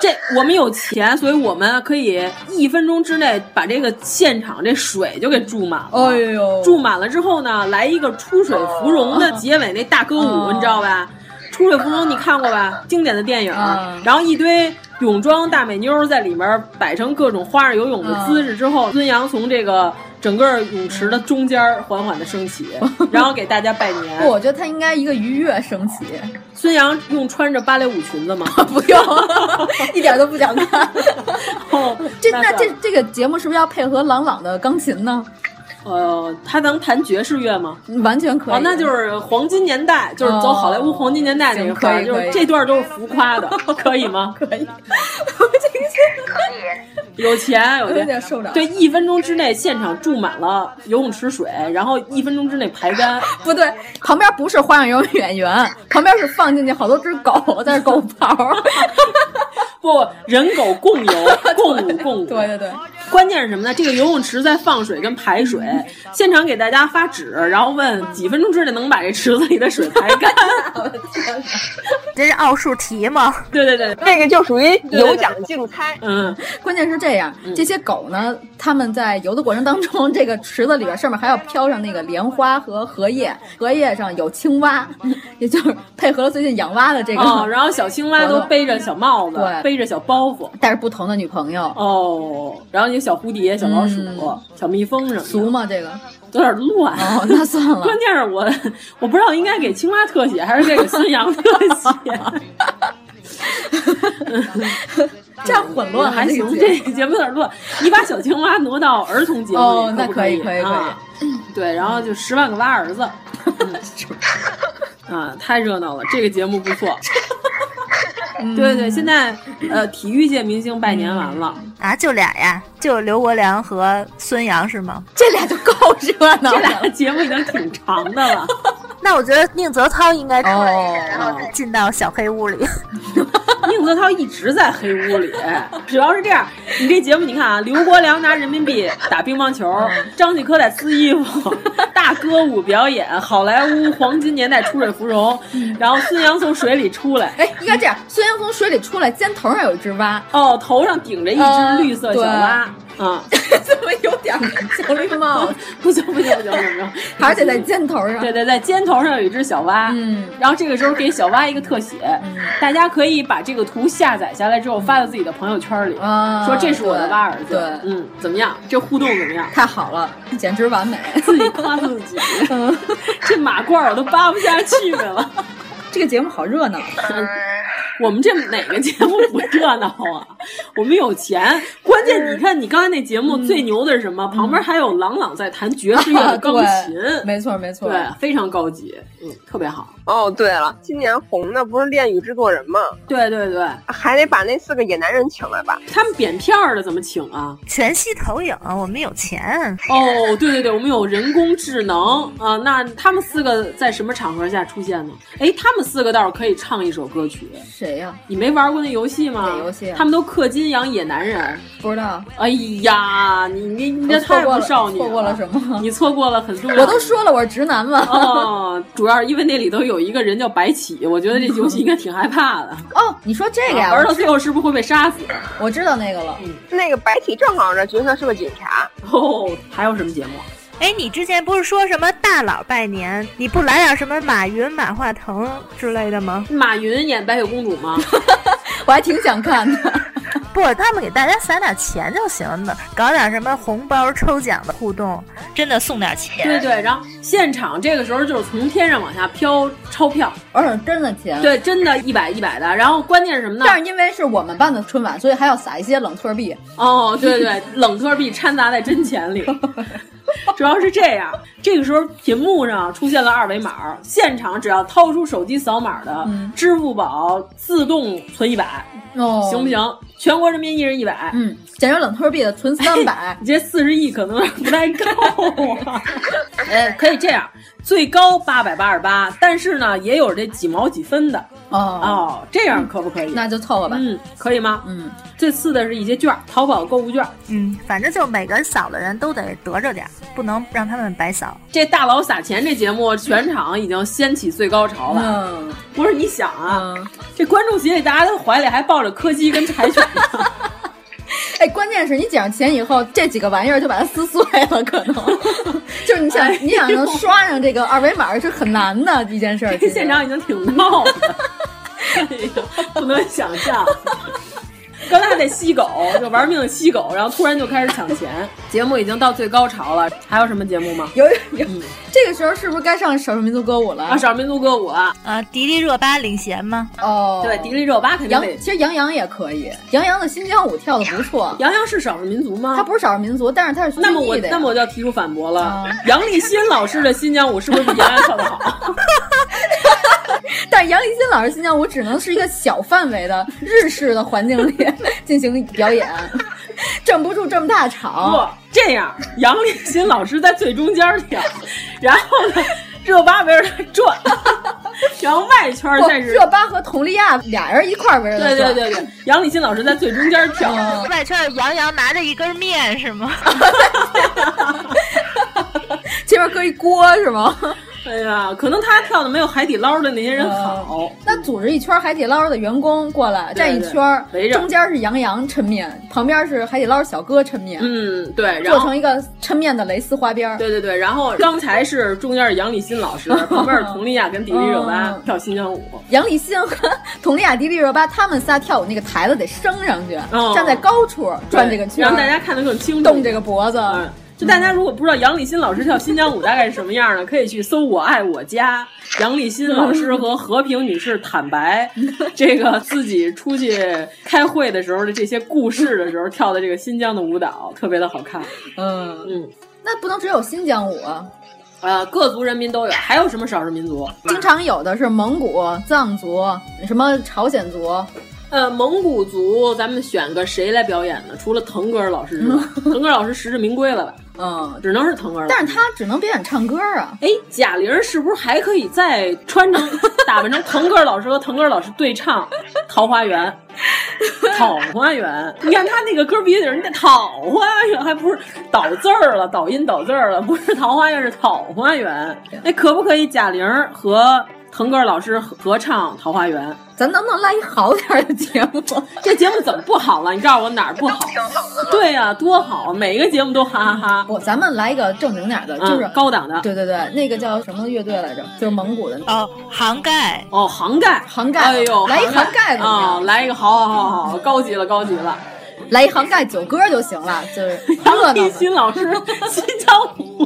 这我们有钱，所以我们可以一分钟之内把这个现场这水就给注满了。哎 呦注满了之后呢，来一个出水芙蓉的结尾那大歌哦舞，你知道吧？出水芙蓉你看过吧？经典的电影。嗯然后一堆泳装大美妞在里面摆成各种花样游泳嗯的姿势之后，孙杨从这个整个泳池的中间缓缓的升起，然后给大家拜年。不， 我觉得他应该一个愉悦升起，孙杨用穿着芭蕾舞裙子吗？ 不 用，一点都不想看。 哦这那这这个节目是不是要配合朗朗的钢琴呢？呃，他能弹爵士乐吗？完全可以。啊，那 就是黄金年代，就是走好莱坞黄金年代那一块哦儿，行就可以是这段都是浮夸 的，可以吗？可以，有钱有有点钱，受不了对，一分钟之内现场注满了游泳池水，然后一分钟之内排 干。不对，旁边不是花样游泳演员， 旁边是放进去好多只狗在那狗刨。 不，人狗共游，共舞共舞。对对对。关键是什么呢？这个游泳池在放水跟排水，现场给大家发纸，然后问几分钟之内能把这池子里的水排 干。 这是奥数题吗？对对对，这个就属于对对有奖竞猜。嗯，关键是这样，这些狗呢，它们在游的过程当中，这个池子里边上面还要飘上那个莲花和荷叶，荷叶上有青蛙， 也就是配合了最近养蛙的这个，哦，然后小青蛙都背着小帽子，对背着小包袱。带着不同的女朋友，哦，然后有小蝴蝶、小老鼠、嗯小蜜蜂什么的，俗吗？这个有点乱。哦那算 了关键是我我不知道应该给青蛙特写还是该给孙杨特写， 这样混乱还行 这。个节这个目节目有点乱，你把小青蛙挪到儿童节目里哦那不可以以可以可以啊对，然后就十万个蛙儿子，嗯啊，太热闹了，这个节目不错。嗯对对，现在呃，体育界明星拜年完了，嗯啊，就俩呀，就刘国梁和孙杨是吗？这俩就够热闹这俩节目已经挺长的了。那我觉得宁泽涛应该出来一哦个，然后再进到小黑屋里。 宁泽涛一直在黑屋里，主要是这样。你这节目你看啊，刘国梁拿人民币打乒乓球，张继科在撕衣服，大歌舞表演，好莱坞黄金年代出水芙蓉，然后孙杨从水里出来，哎，应该这样，孙杨从水里出来，肩头上有一只蛙， 哦，头上顶着一只绿色小蛙，啊，怎么有点小绿帽子？ 不行不行不行不行，不行 而且在肩头上，对对，在肩头上有一只小蛙，嗯，然后这个时候给小蛙一个特写，大家可以把这个图下载下来之后发到自己的朋友圈里，啊说这是我的蛙儿子，对嗯，怎么样？这互动怎么样？太好了，简直完美。 自己夸自己， 这马褂我都扒不下去了。 这个节目好热闹，我们这哪个节目不热闹啊？我们有钱，关键你看，你刚才那节目最牛的是什么？旁边还有郎朗在弹爵士乐的钢琴，啊没错没错，对，非常高级，嗯，特别好。哦，对了，今年红的不是《恋与制作人》吗？对对对，还得把那四个野男人请来吧？他们扁片儿的怎么请啊？全息投影，我们有钱。哦，对对对，我们有人工智能啊、那他们四个在什么场合下出现呢？哎，他们四个倒是可以唱一首歌曲。谁呀、你没玩过那游戏吗？哪游戏啊他们都氪金养野男人。不知道。哎呀，你你你这我错太过不了少女错过了什么？你错过了很重要的。我都说了我是直男嘛。哦，主要是因为那里头有一个人叫白起，我觉得这游戏应该挺害怕的。哦，你说 这个呀？玩到我最后是不是会被杀死？我知道那个了。那个白起正好的角色是个警察。哦，还有什么节目？哎，你之前不是说什么大佬拜年，你不来点什么马云、马化腾之类的吗？马云演白雪公主吗？我还挺想看的。 不，他们给大家撒点钱就行了，搞点什么红包抽奖的互动，真的送点钱。对对，然后现场这个时候就是从天上往下飘钞票，而且真的钱。对，真的一百一百的。然后关键是什么呢？但是因为是我们办的春晚，所以还要撒一些冷特币。哦，对对，冷特币掺杂在真钱 里，主要是这样。这个时候屏幕上出现了二维码，现场只要掏出手机扫码的，嗯支付宝自动存一百、哦，行不？行？全国人民一人一百。嗯，简成冷特币的存三 百。你这四十亿可能不太够啊。呃，可以这样，最高八百八十八，但是呢，也有这几毛几分的哦哦，这样可不可以？那就凑合吧。嗯，可以吗？嗯，最次的是一些券儿，淘宝购物券儿。嗯，反正就每个扫的人都得得着点儿，不能让他们白扫。这大佬撒钱这节目全场已经掀起最高潮了。嗯，不是你想啊，这观众席里大家都怀里还抱着柯基跟柴犬呢，哎，关键是你捡上钱以后，这几个玩意儿就把它撕碎了，可能就是你想、哎你想能刷上这个二维码是很难的一件事儿。其这 实现场已经挺闹 的，哎呀，不能想象。刚才还得吸狗，就玩命吸狗，然后突然就开始抢钱。节目已经到最高潮了，还有什么节目吗？有有、这个时候是不是该上少数民族歌舞了？啊，少数民族歌舞了。啊，迪丽热巴领衔吗？哦，对，迪丽热巴肯定杨得。其实杨洋也可以，杨洋的新疆舞跳的不错。杨洋是少数民族吗？他不是少数民族，但是他是那么我的呀哦那么我就要提出反驳了，杨立新老师的新疆舞是不是比杨洋跳的 好？但是杨立新老师新疆舞只能是一个小范围的日式的环境里 进行表演，站不住这么大不场。，这样杨立新老师在最中间跳，然后呢，热巴围着他转， 然后外圈不，再是哦热巴和佟丽娅俩人一块儿围着他对对转对对，杨立新老师在最中间跳，嗯外圈儿杨洋拿着一根面是吗？前面搁一锅是吗？哎呀，可能他跳的没有海底捞的那些人好。那组织一圈海底捞的员工过来对对站一圈儿围，着中间是杨洋抻面，旁边是海底捞小哥抻面，嗯，对，然做后成一个抻面的蕾丝花边儿。对对对，然后刚才是中间是杨立新老师，旁边是佟丽娅跟迪丽热巴嗯跳新疆舞。杨立新和佟丽娅、迪丽热巴他们仨跳舞那个台子得升上去，哦站在高处转这个圈儿，让大家看得更清楚，动这个脖子。嗯，就大家如果不知道杨立新老师跳新疆舞大概是什么样呢，可以去搜“我爱我家”，杨立新老师和和平女士坦白这个自己出去开会的时候的这些故事的时候跳的这个新疆的舞蹈，特别的好看。嗯，嗯，那不能只有新疆舞，啊，呃，各族人民都有，还有什么少数民族？经常有的是蒙古、藏族、什么朝鲜族。呃，蒙古族，咱们选个谁来表演呢？除了腾格尔老师之 外，腾格尔老师实至名归了吧？嗯，只能是腾格尔老师。但是他只能表演唱歌啊。哎，贾玲儿是不是还可以再穿成打扮成腾格尔老师和腾格尔老师对唱《桃花 源》？桃花源，你看他那个歌鼻子人家桃花源，还不是倒字儿了，倒音倒字儿了，不是桃花源是桃花源。哎，可不可以贾玲儿和腾格尔老师合唱《桃花源》？咱能不能来一好点儿的节目？ 这节目怎么不好了？你告诉我哪儿不好？对呀、多好，每个节目都哈哈哈。不，咱们来一个正经点儿的，嗯就是、高档的对对对，那个叫什么乐队来着？嗯就是蒙古的哦，杭盖。哦，杭盖，杭盖哎呦，来一杭杭盖怎么啊、样来一个，好好好好，高级了，高级 了。来一杭盖九歌就行了， 就是热杨闹立嘛。新老师新疆舞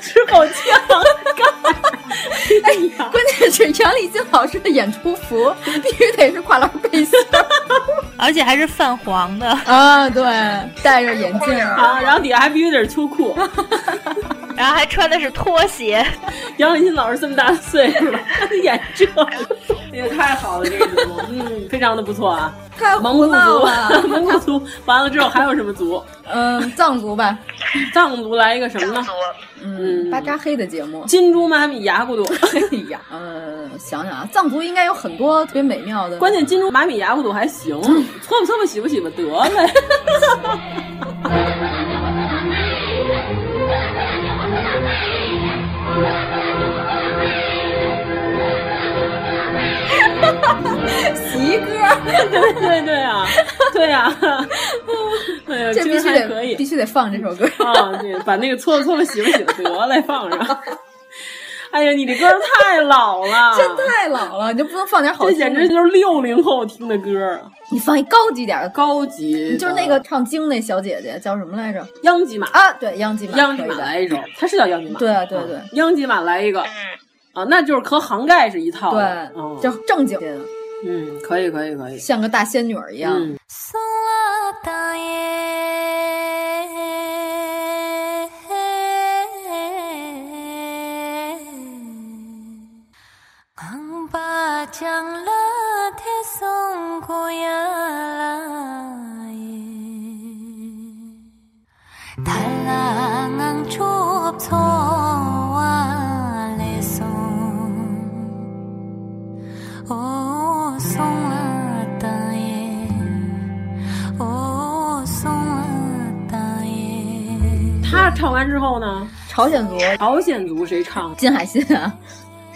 之后，接了盖，哎呀，关键是杨丽菁老师的演出服 必须得是跨栏背心， 而且还是泛 黄的啊，对，戴着眼 镜啊，然后底下还必须得是秋裤，然后还穿的是拖鞋。杨丽菁老师这么大岁数了，还得演这个，也太好了，这个节目，嗯， 非常的不错啊。太蒙古了族， 蒙古族完了之后还有什么族？嗯，藏族吧，藏族来一个什么呢？嗯，巴扎黑的节目，金珠妈咪牙骨朵。 哎呀，呃，想想啊，藏族应该有很多特别美妙的。关键金珠妈咪牙骨朵还行，搓吧搓吧洗吧洗吧得嘞。 席歌，对对对啊，对啊， 哎呀， 这必须还可以得，必须得放这首歌。啊，对，把那个搓吧搓吧洗吧洗吧得嘞放上。哎呀，你这歌儿太老了， 真太老了，你就不能放点好嗯这听的？简直就是六零后听的歌儿。你放一高级点儿的，高级的就是那个唱京那小姐姐叫什么来着？央吉玛啊，对，央吉玛，央哎吉可以玛的来一首，它是叫央吉玛，对对对嗯啊央吉玛来一个，啊，那就是和杭盖是一套的，哦对，就正经的，嗯，可以可以可以，像个大仙女儿一样。嗯哦啊哦啊他唱完之后呢？朝鲜族，朝鲜族谁唱？金海心啊，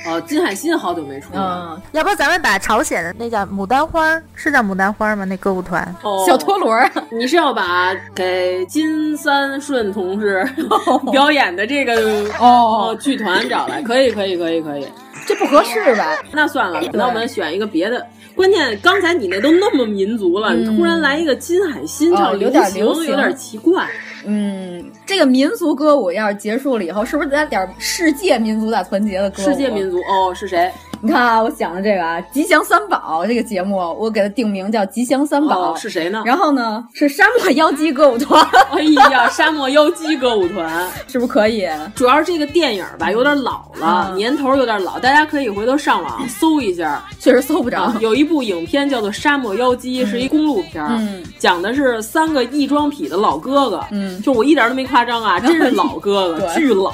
哦，金海心好久没出了。嗯，要不咱们把朝鲜的那叫牡丹花儿，是叫牡丹花儿吗？那歌舞团哦嗯小陀螺儿，你是要把给金三顺同志哦表演的这个哦剧团找来？可以，可以，可以，可以。这不合适吧？那算了，那我们选一个别的。关键刚才你那都那么民族了，你突然来一个金海心嗯哦唱有流点行，流行有点奇怪。嗯，这个民族歌舞要是结束了以后，是不是得点儿世界民族大团结的歌舞？啊世界民族哦，是谁？ 你看啊，我想的这个啊，《吉祥三宝》这个节目，我给它定名叫《吉祥三宝》哦，是谁呢？然后呢，是沙漠妖姬歌舞团，哎呀，沙漠妖姬歌舞团，是不是可以？主要是这个电影吧有点老了，嗯年头有点老，大家可以回头上 网搜一下。确实搜不着啊，。有一部影片叫做《沙漠妖姬》，是一公路片儿，嗯讲的是三个异装癖的老哥哥，嗯就我一点都没夸张 啊，真是老哥哥，对巨 老，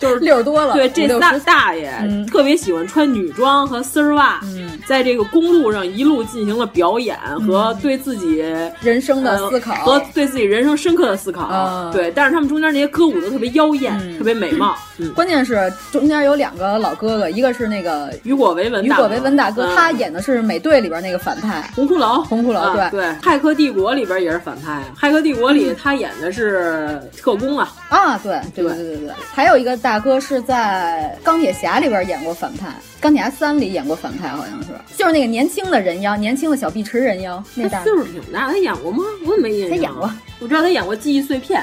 就是六十多了，对，这五六大十大爷、嗯特别喜欢穿女装和丝儿袜，嗯在这个公路上一路进行了表演和对自己人生嗯的思考呃和对自己人生深刻的思考。啊对，但是他们中间那些歌舞都特别妖艳，嗯特别美貌。嗯，关键是中间有两个老哥哥，一个是那个雨果维文雨大哥，果维文大哥，嗯他演的是美队里边那个反派，红骷髅，红骷髅啊对嗯对，《骇客帝国》里边也是反派，《骇客帝国》里他演的是特工啊，啊，对对对对对对，还有一个大哥是在《钢铁侠》里边演过反派，《钢铁侠三》里演过反派，好像是，就是那个年轻的人妖，年轻的小碧池人妖，那他大岁数挺大，他演过吗？我怎么没印象？他演过，我知道他演过《记忆碎片》，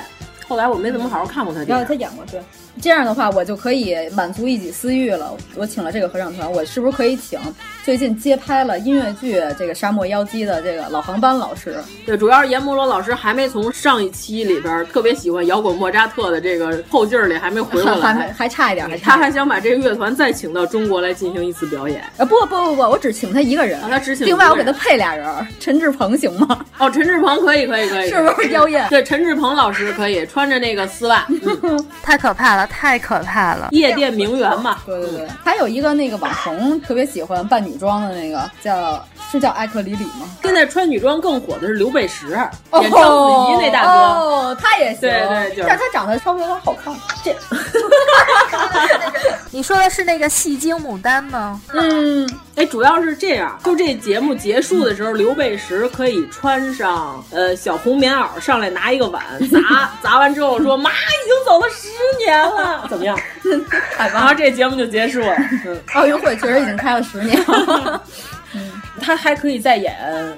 后来我没怎么好好看过他电然后影。他演过对。这样的话，我就可以满足一己私欲了。我请了这个合唱团，我是不是可以请最近接拍了音乐剧《这个沙漠妖姬》的这个老航班老师？对，主要是阎摩罗老师还没从上一期里边特别喜欢摇滚莫扎特的这个后劲儿里还没 回过还还来，还差一点，还差他一点还想把这个乐团再请到中国来进行一次表演。啊，不不不不，我只请他一个人，啊他只请另外我给一个他人配俩人儿，陈志鹏行吗？哦，陈志鹏可以，可以，可以，是不是妖艳？哎 对，陈志鹏老师可以穿着那个丝袜，太可怕了，太可怕了！夜店名媛嘛。对对对，还有一个那个网红特别喜欢扮女装的那个，叫是叫艾克里里吗？现在穿女装更火的是刘贝石，哦演章子怡那大哥。哦，他也行，对对就是但是他长得稍微有点好看，这，哦你说的是那个戏精牡丹吗？嗯，哎，主要是这样，就这节目结束的时候，刘贝石可以穿上呃小红棉袄上来拿一个碗 砸，砸完之后说：“妈，已经走了十年了，怎么样？”海然后吧，这节目就结束了。嗯，奥运会确实已经开了十年了， 他还可以再演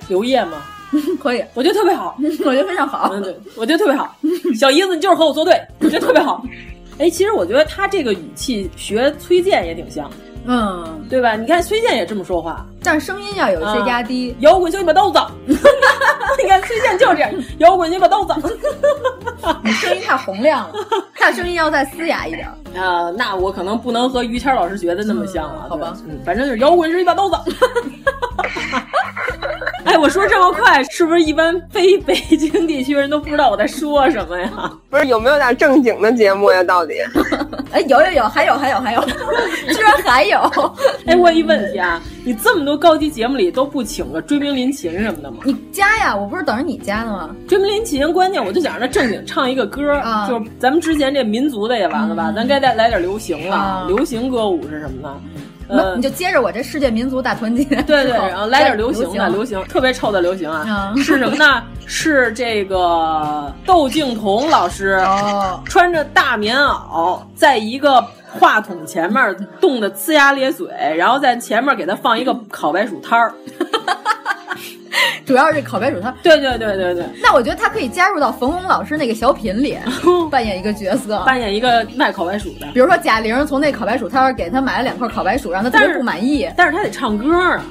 刘烨吗？可以， 我觉得特别好。我觉得非常好 嗯，。对，我觉得特别好。小姨子，你就是和我作对，我觉得特别好。哎，其实我觉得他这个语气学崔健也挺像的，嗯，对吧？你看崔健也这么说话，但是声音要有一些压低。啊摇滚就一把刀子， 你看崔健就是这样，摇滚就一把刀子。嗯你声音太洪亮了，他声音要再嘶哑一点。 啊，那我可能不能和于谦老师学的那么像了，好吧对？嗯，反正就是摇滚是一把刀子。 哎，我说这么快，是不是一般非北京地区人都不知道我在说什么呀？不是有没有点正经的节目呀？到底？哎，有有有，还有还有还有，居然还有！哎，我有一问题啊，你这么多高级节目里都不请个追名林琴什么的吗？你加呀，我不是等着你加呢吗？追名林琴，关键我就想让他正经唱一个歌，啊嗯就是咱们之前这民族的也完了吧，咱该再来点流行了，啊流行歌舞是什么呢？那呃你，就接着我这世界民族大团结之后。对对，然后来点流行的，流流行特别臭的流行啊，嗯是什么呢？是这个窦靖童老师哦穿着大棉袄，在一个话筒前面冻得呲牙咧嘴，然后在前面给他放一个烤白薯摊儿。主要是烤白薯摊。 对对对对对，那我觉得他可以加入到冯巩老师那个小品 里，扮演一个角色。扮演一个卖烤白薯的。比如说贾玲从那烤白薯摊儿给他买了两块烤白薯，让他特别不满意。但是他得唱歌啊，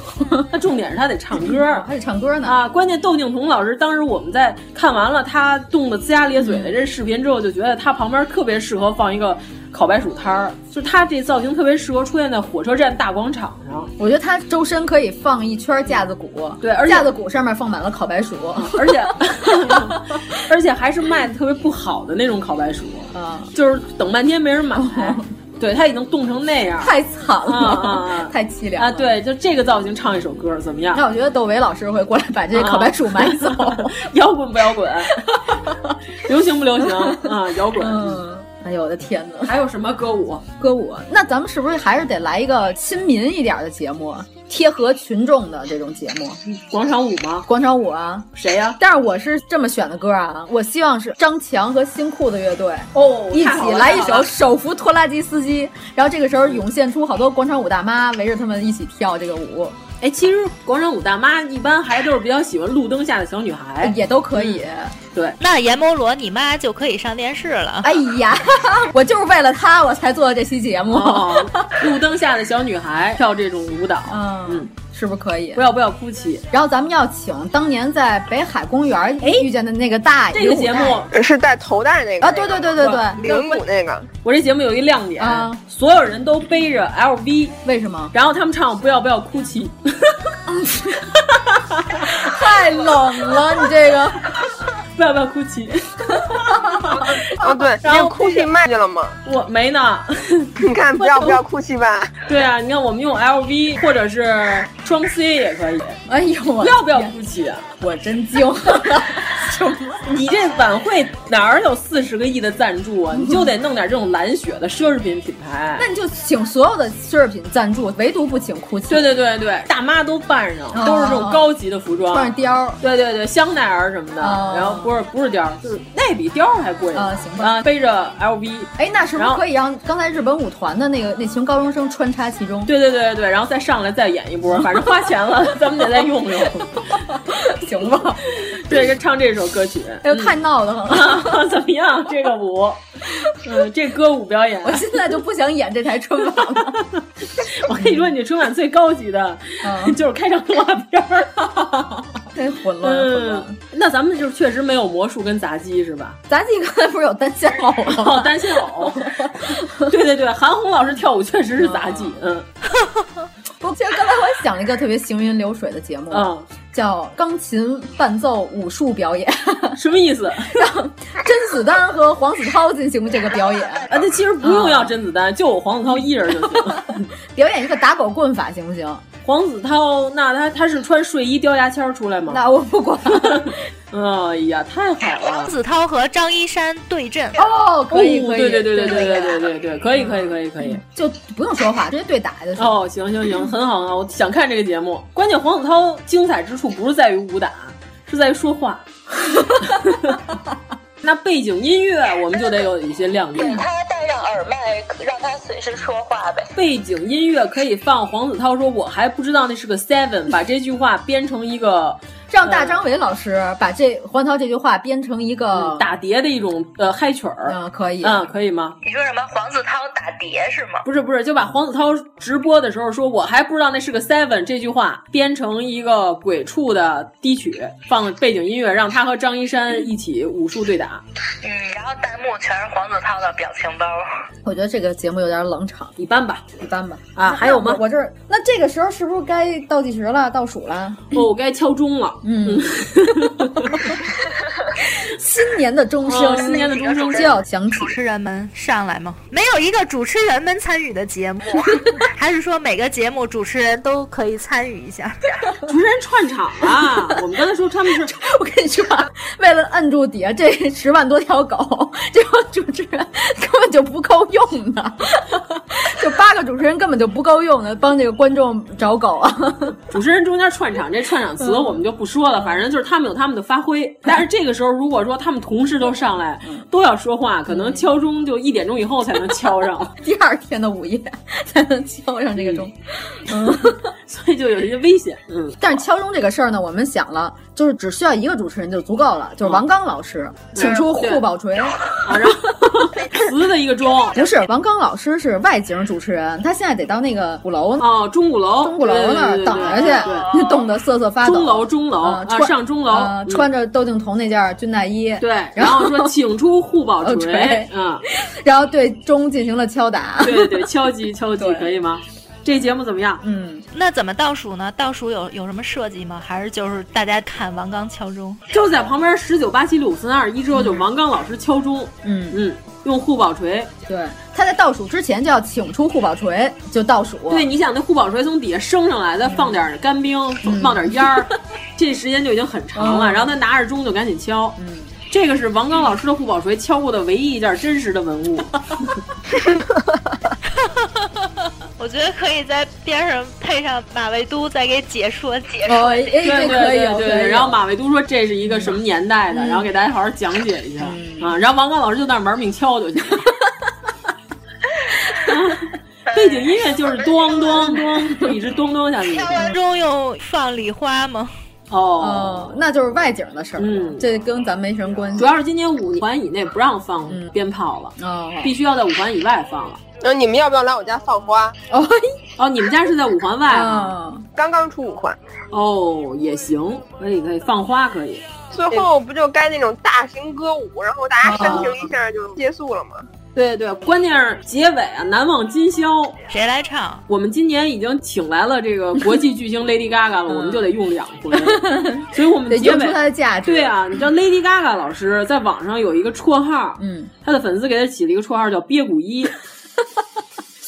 那重点是他得唱歌，还得唱歌呢啊！关键窦靖童老师当时我们在看完了他冻得龇牙咧嘴的这视频之后，就觉得他旁边特别适合放一个烤白薯摊儿，就是他这造型特别适合出现在火车站大广场上。我觉得他周身可以放一圈架子鼓，对而且啊架子鼓上面放满了烤白薯，而且， 而且还是卖的特别不好的那种烤白薯，啊，就是等半天没人买。对他已经冻成那样，太惨了，啊啊啊太凄凉了啊！。对，就这个造型唱一首歌怎么样？那我觉得窦唯老师会过来把这些烤白薯买走， 摇滚不摇滚？ 流行不流行啊？摇滚。嗯， 哎呦我的天哪！还有什么歌舞？歌舞，那咱们是不是还是得来一个亲民一点的节目，贴合群众的这种节目？广场舞吗？广场舞啊，谁呀、但是我是这么选的歌啊，我希望是张强和新裤子乐队哦一太好起了来一太好首了《手扶拖拉机司机》，然后这个时候涌现出好多广场舞大妈围着他们一起跳这个舞，哎，其实广场舞大妈一般还都是比较喜欢路灯下的小女孩，也都可以。对。那阎摩罗你妈就可以上电视了。哎呀， 我就是为了他我才做的这期节目，哦，路灯下的小女孩跳这种舞蹈，嗯，是不是可以不？要不要哭泣。然后咱们要请当年在北海公园遇见的那个大爷哎这个节目刘武代是戴头带那个啊对对对对对铃鼓那个，我这节目有一亮点，啊所有人都背着 LV，为什么？然后他们唱《不要不要哭泣》， 太冷了，你这个。 不要不要哭 泣，啊哦 对，那个哭泣卖去了吗？ 我没呢。你看不要不要哭泣吧，对啊，你看我们用 LV 或者是双 C 也可以，哎呦我不要不要哭泣啊！我 真惊了，什么？你这晚会哪儿有四十个亿的赞助啊？你就得弄点这种蓝血的奢侈品品牌那。你就请所有的奢侈品赞助，唯独不请哭泣。 对对对对，大妈都扮上，哦都是这种高级的服装，穿上貂儿，对对对，香奈儿什么的，哦然后不是不是貂儿，就是那比貂儿还贵呢啊行吧啊，背着 LV，哎，那是不然是后可以让刚才日本舞团的那个那群高中生穿插其中？对对对对对，然后再上来再演一 波，反正花钱了，咱们得再用 用，行吧？对，就唱这首歌曲，嗯哎呦，太闹得很 了！怎么样？这个舞，嗯，这歌舞表演，我现在就不想演这台春晚了。 我跟你说，你春晚最高级的嗯 就是开场动画片 儿。真混乱，混嗯乱。，那咱们就是确实没有魔术跟杂技是吧？咱几个刚才不是有单线偶 哦，吗？ 单线偶，对对对，韩红老师跳舞确实是杂技，嗯不，其实刚才我想了一个特别行云流水的节目，嗯，叫《钢琴伴奏武术表演》， 嗯什么意思？甄子丹和黄子韬进行这个表演。啊，那其实不用要甄子丹，就我黄子韬一人就行。表演一个打狗棍法行不行？黄子韬，那他他是穿睡衣叼牙签儿出来吗？那我不管。哎呀，太好了黄！子韬和张一山对阵，哦，可以，哦可对以，对对对对对对对对对，可以可以可以可以。就不用说话，直接对打就行。哦，行行行，很好啊！我想看这个节目。关键黄子韬精彩之处不是在于武打，是在于说话。那背景音乐我们就得有一些亮点。他戴上耳麦，让他随时说话呗。背景音乐可以放黄子韬说：“我还不知道那是个 seven。”把这句话编成一个，让嗯大张伟老师把这黄涛这句话编成一个嗯打碟的一种呃嗨曲儿。嗯，可以。嗯，可以吗？你说什么？黄子韬打碟是吗？不是不是，就把黄子韬直播的时候说“我还不知道那是个 seven” 这句话编成一个鬼畜的低曲，放背景音乐，让他和张一山一起武术对打。嗯，然后弹幕全是黄子韬的表情包。我觉得这个节目有点冷场，一般吧，一般吧。啊，还有吗？我这儿，那这个时候是不是该倒计时了？倒数了？哦，该敲钟了。嗯， 新年的钟声，哦新年的钟声就要响起。 主持人们上来吗？没有一个主持人们参与的节 目，还是说每个节目主持人都可以参与一下？ 主持人串场 啊！我们刚才说他们是，我跟你说，啊，为了摁住底下这十万多条狗，这帮主持人根本就不够用的， 就八个主持人根本就不够用的，帮这个观众找狗啊！ 主持人中间串场，这串场词我们就不说了，反正就是他们有他们的发挥。但是这个时候，如果说他们同时都上来都要说话，可能敲钟就一点钟以后才能敲上，第二天的午夜才能敲上这个钟，嗯， 所以就有一些危险。嗯，但是敲钟这个事儿呢，我们想了，就是只需要一个主持人就足够了，就是王刚老师，嗯请出护宝锤啊，然 后瓷的一个钟，不是王刚老师是外景主持人，他现在得到那个鼓楼哦，钟鼓楼，钟鼓楼那儿等着去， 冻得瑟瑟发抖。嗯钟楼，钟楼啊，上钟楼，穿着窦靖童那件军大衣，对， 然后说请出护宝锤，嗯，然后对钟进行了敲打，对对，敲击敲击，可以吗？这节目怎么样？嗯，那怎么倒数呢？倒数有有什么设计吗？还是就是大家看王刚敲钟？就在旁边十九八七六五四三二一之后，就王刚老师敲钟。嗯嗯，用护宝锤。对，他在倒数之前就要请出护宝锤，就倒数。对，你想那护宝锤从底下升上嗯来，再放点干冰，放点烟 儿，这时间就已经很长了。然后他拿着钟就赶紧敲。嗯，这个是王刚老师的护宝锤敲过的唯一一件真实的文物。我觉得可以在边上配上马未都，再给解说解说。 哦，哎，这可以，嗯对对。然后马未都说这是一个什么年代的，然后给大家好好讲解一下啊。然后王刚老师就那玩命敲就行。 背景音乐就是哎咚咚咚，就一直咚咚下 去。敲钟又放礼花吗？哦，那就是外景的事儿，嗯，这跟咱没什么关系。主要是今年五环以内不让放嗯鞭炮了，哦，必须要在五环以外放了。那你们要不要来我家放花？哦哎哦，你们家是在五环外嗯啊？刚刚出五环。哦，也行，可以可以放花可以。最后不就该那种大型歌舞，然后大家煽情一下就结束了吗？对对，关键是结尾啊，难忘今宵谁来唱？我们今年已经请来了这个国际巨星 Lady Gaga 了，我们就得用两回，所以我们嗯得结用尾出它的价值。对啊，你知道 Lady Gaga 老师在网上有一个绰号，嗯，她的粉丝给她起了一个绰号叫憋谷一。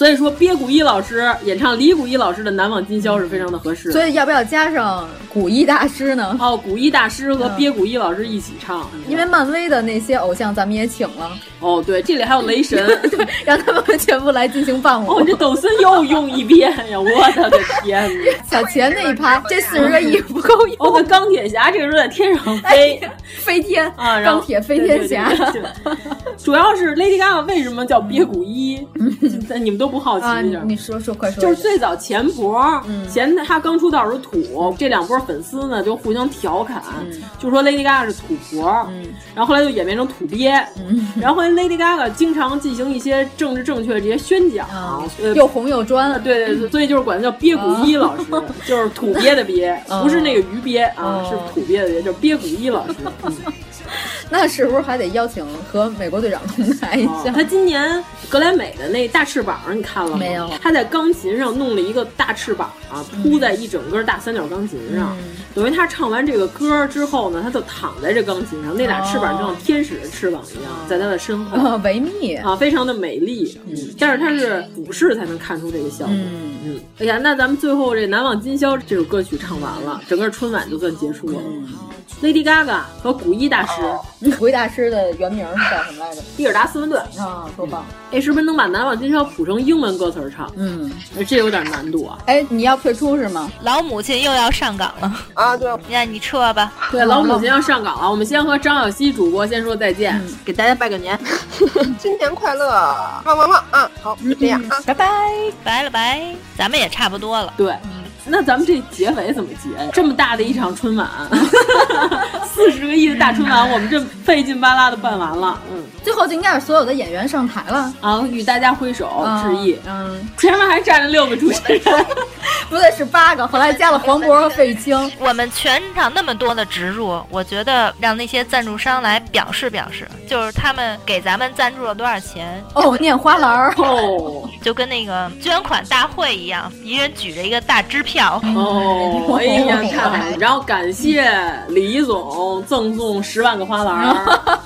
所以说，憋谷一老师演唱李谷一老师的《难忘今宵》是非常的合适的。所以要不要加上古一大师呢？哦，古一大师和憋谷一老师一起唱，嗯因为漫威的那些偶像咱们也请了， 哦对，这里还有雷神， 对，让他们全部来进行伴舞。哦，这抖森又用一遍哎呀！我的个天呐！小钱那一趴，这四十个亿不够用。哦，那钢铁侠这个时候在天上飞。飞天啊，然后哎钢铁飞天侠，啊对对对主要是 Lady Gaga 为什么叫憋谷一？你们都不好啊！奇一你下？你说说，快说，就是最早钱婆嗯，前她刚出道时候土，这两波粉丝呢就互相调侃，就说 Lady Gaga 是土婆，嗯然后后来就演变成土鳖，然后后来 Lady Gaga 经常进行一些政治正确的这些宣讲，啊呃，又红又专，对对对，所以就是管他叫鳖谷一老师，就是土鳖的鳖，哦不是那个鱼鳖啊，哦是土鳖的鳖，就是鳖谷一老师。嗯那是不是还得邀请和美国队长同台一 哦下？他今年格莱美的那大翅膀你看了吗？没有他在钢琴上弄了一个大翅膀啊，铺在一整个大三角钢琴上。等于他唱完这个歌之后呢，他就躺在这钢琴上，那俩翅膀就像天使的翅膀一样，在他的身后。啊，维密，啊，非常的美丽，嗯，但是它是俯视才能看出这个效果，嗯嗯，哎呀，那咱们最后这《难忘今宵》这首歌曲唱完了，整个春晚就算结束了。Lady Gaga 和古一大师回大师的原名是叫什么来着？比尔达斯温顿啊，多棒！哎，是不是能把《难忘今宵》谱成英文歌词儿唱？嗯，这有点难度啊。哎，你要退出是吗？老母亲又要上岗了啊！对，那你撤吧。对，老母亲要上岗了。我们先和张小希主播先说再见，嗯、给大家拜个年，新年快乐！旺旺旺！啊，好，就这样啊，拜拜，拜了拜，咱们也差不多了。对。那咱们这结尾怎么结呀？这么大的一场春晚， 四十个亿的大春晚，我们这费劲巴拉的办完了。嗯，最后就应该是所有的演员上台了啊，与大家挥手致意。嗯，前面还站着六个主持人，不对，是八个，后来加了黄渤和费玉 清。我们全场那么多的植入，我觉得让那些赞助商来表示表示，就是他们给咱们赞助了多少钱。哦，念花篮儿哦，就跟那个捐款大会一样，一人举着一个大支票。嗯哦，哎呀，看看， 然后感谢李总赠送十万个花篮 儿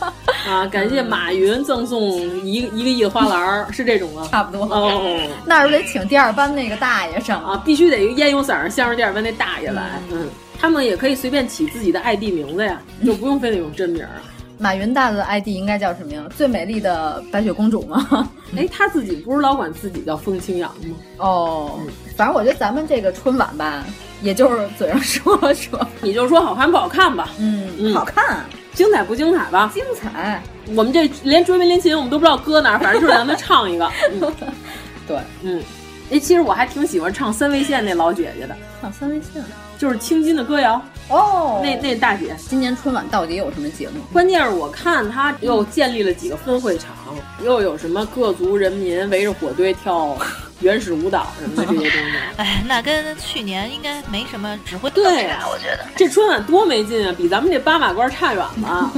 啊，感谢马云赠送一一个亿的花篮儿，是这种吗？ 差不多 哦，那是不是得请第二班那个大爷上啊？必须得烟油嗓相声第二班那大爷来，嗯，他们也可以随便起自己的 ID 名字呀，就不用非得用真名儿。马云大的 ID 应该叫什么呀？最美丽的白雪公主 吗？哎，他自己不是老管自己叫风清扬吗？哦，反正我觉得咱们这个春晚吧，也就是嘴上说说，也就是说好看不好看吧？嗯，嗯好看，精彩不精彩吧？精彩。我们这连追梅林琴我们都不知道搁哪儿，反正就是让他唱 一个。嗯、对，嗯，哎，其实我还挺喜欢唱三味线那老姐姐的，唱三味线。就是清新的歌谣哦，那那大姐，今年春晚到底有什么节目？关键是我看她又建立了几个分会场，又有什么各族人民围着火堆跳原始舞蹈什么的这些东 西。哎，那跟去年应该没什么指挥。对啊，我觉得这春晚多没劲啊，比咱们这八马褂差远了。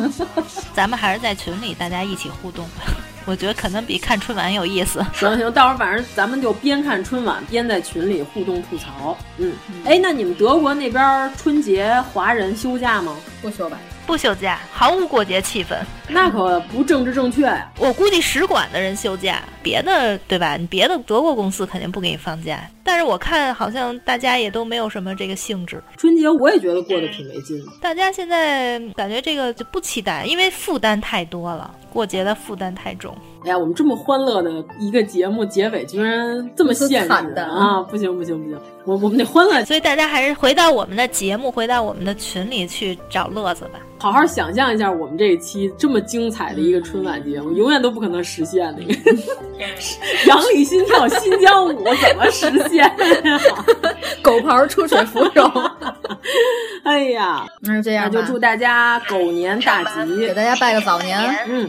咱们还是在群里大家一起互动 吧。我觉得可能比看春晚有意思。行行，到时候反正咱们就边看春晚边在群里互动吐槽。嗯，哎、嗯，那你们德国那边春节华人休假吗？不休吧。不休假，毫无过节气氛，那可不政治正确呀、啊！我估计使馆的人休假，别的对吧？你别的德国公司肯定不给你放假，但是我看好像大家也都没有什么这个兴致。春节我也觉得过得挺没劲的，大家现在感觉这个就不期待，因为负担太多了，过节的负担太重。哎呀，我们这么欢乐的一个节目，结尾居然这么现实啊！不行不行不行，我我们得欢乐，所以大家还是回到我们的节目，回到我们的群里去找乐子吧。好好想象一下，我们这一期这么精彩的一个春晚节目，永远都不可能实现 的。杨里心跳新疆舞怎么实现、啊？狗刨出水芙 蓉。 哎呀，那就这样，就祝大家狗年大 吉，给大家拜个早年。啊嗯。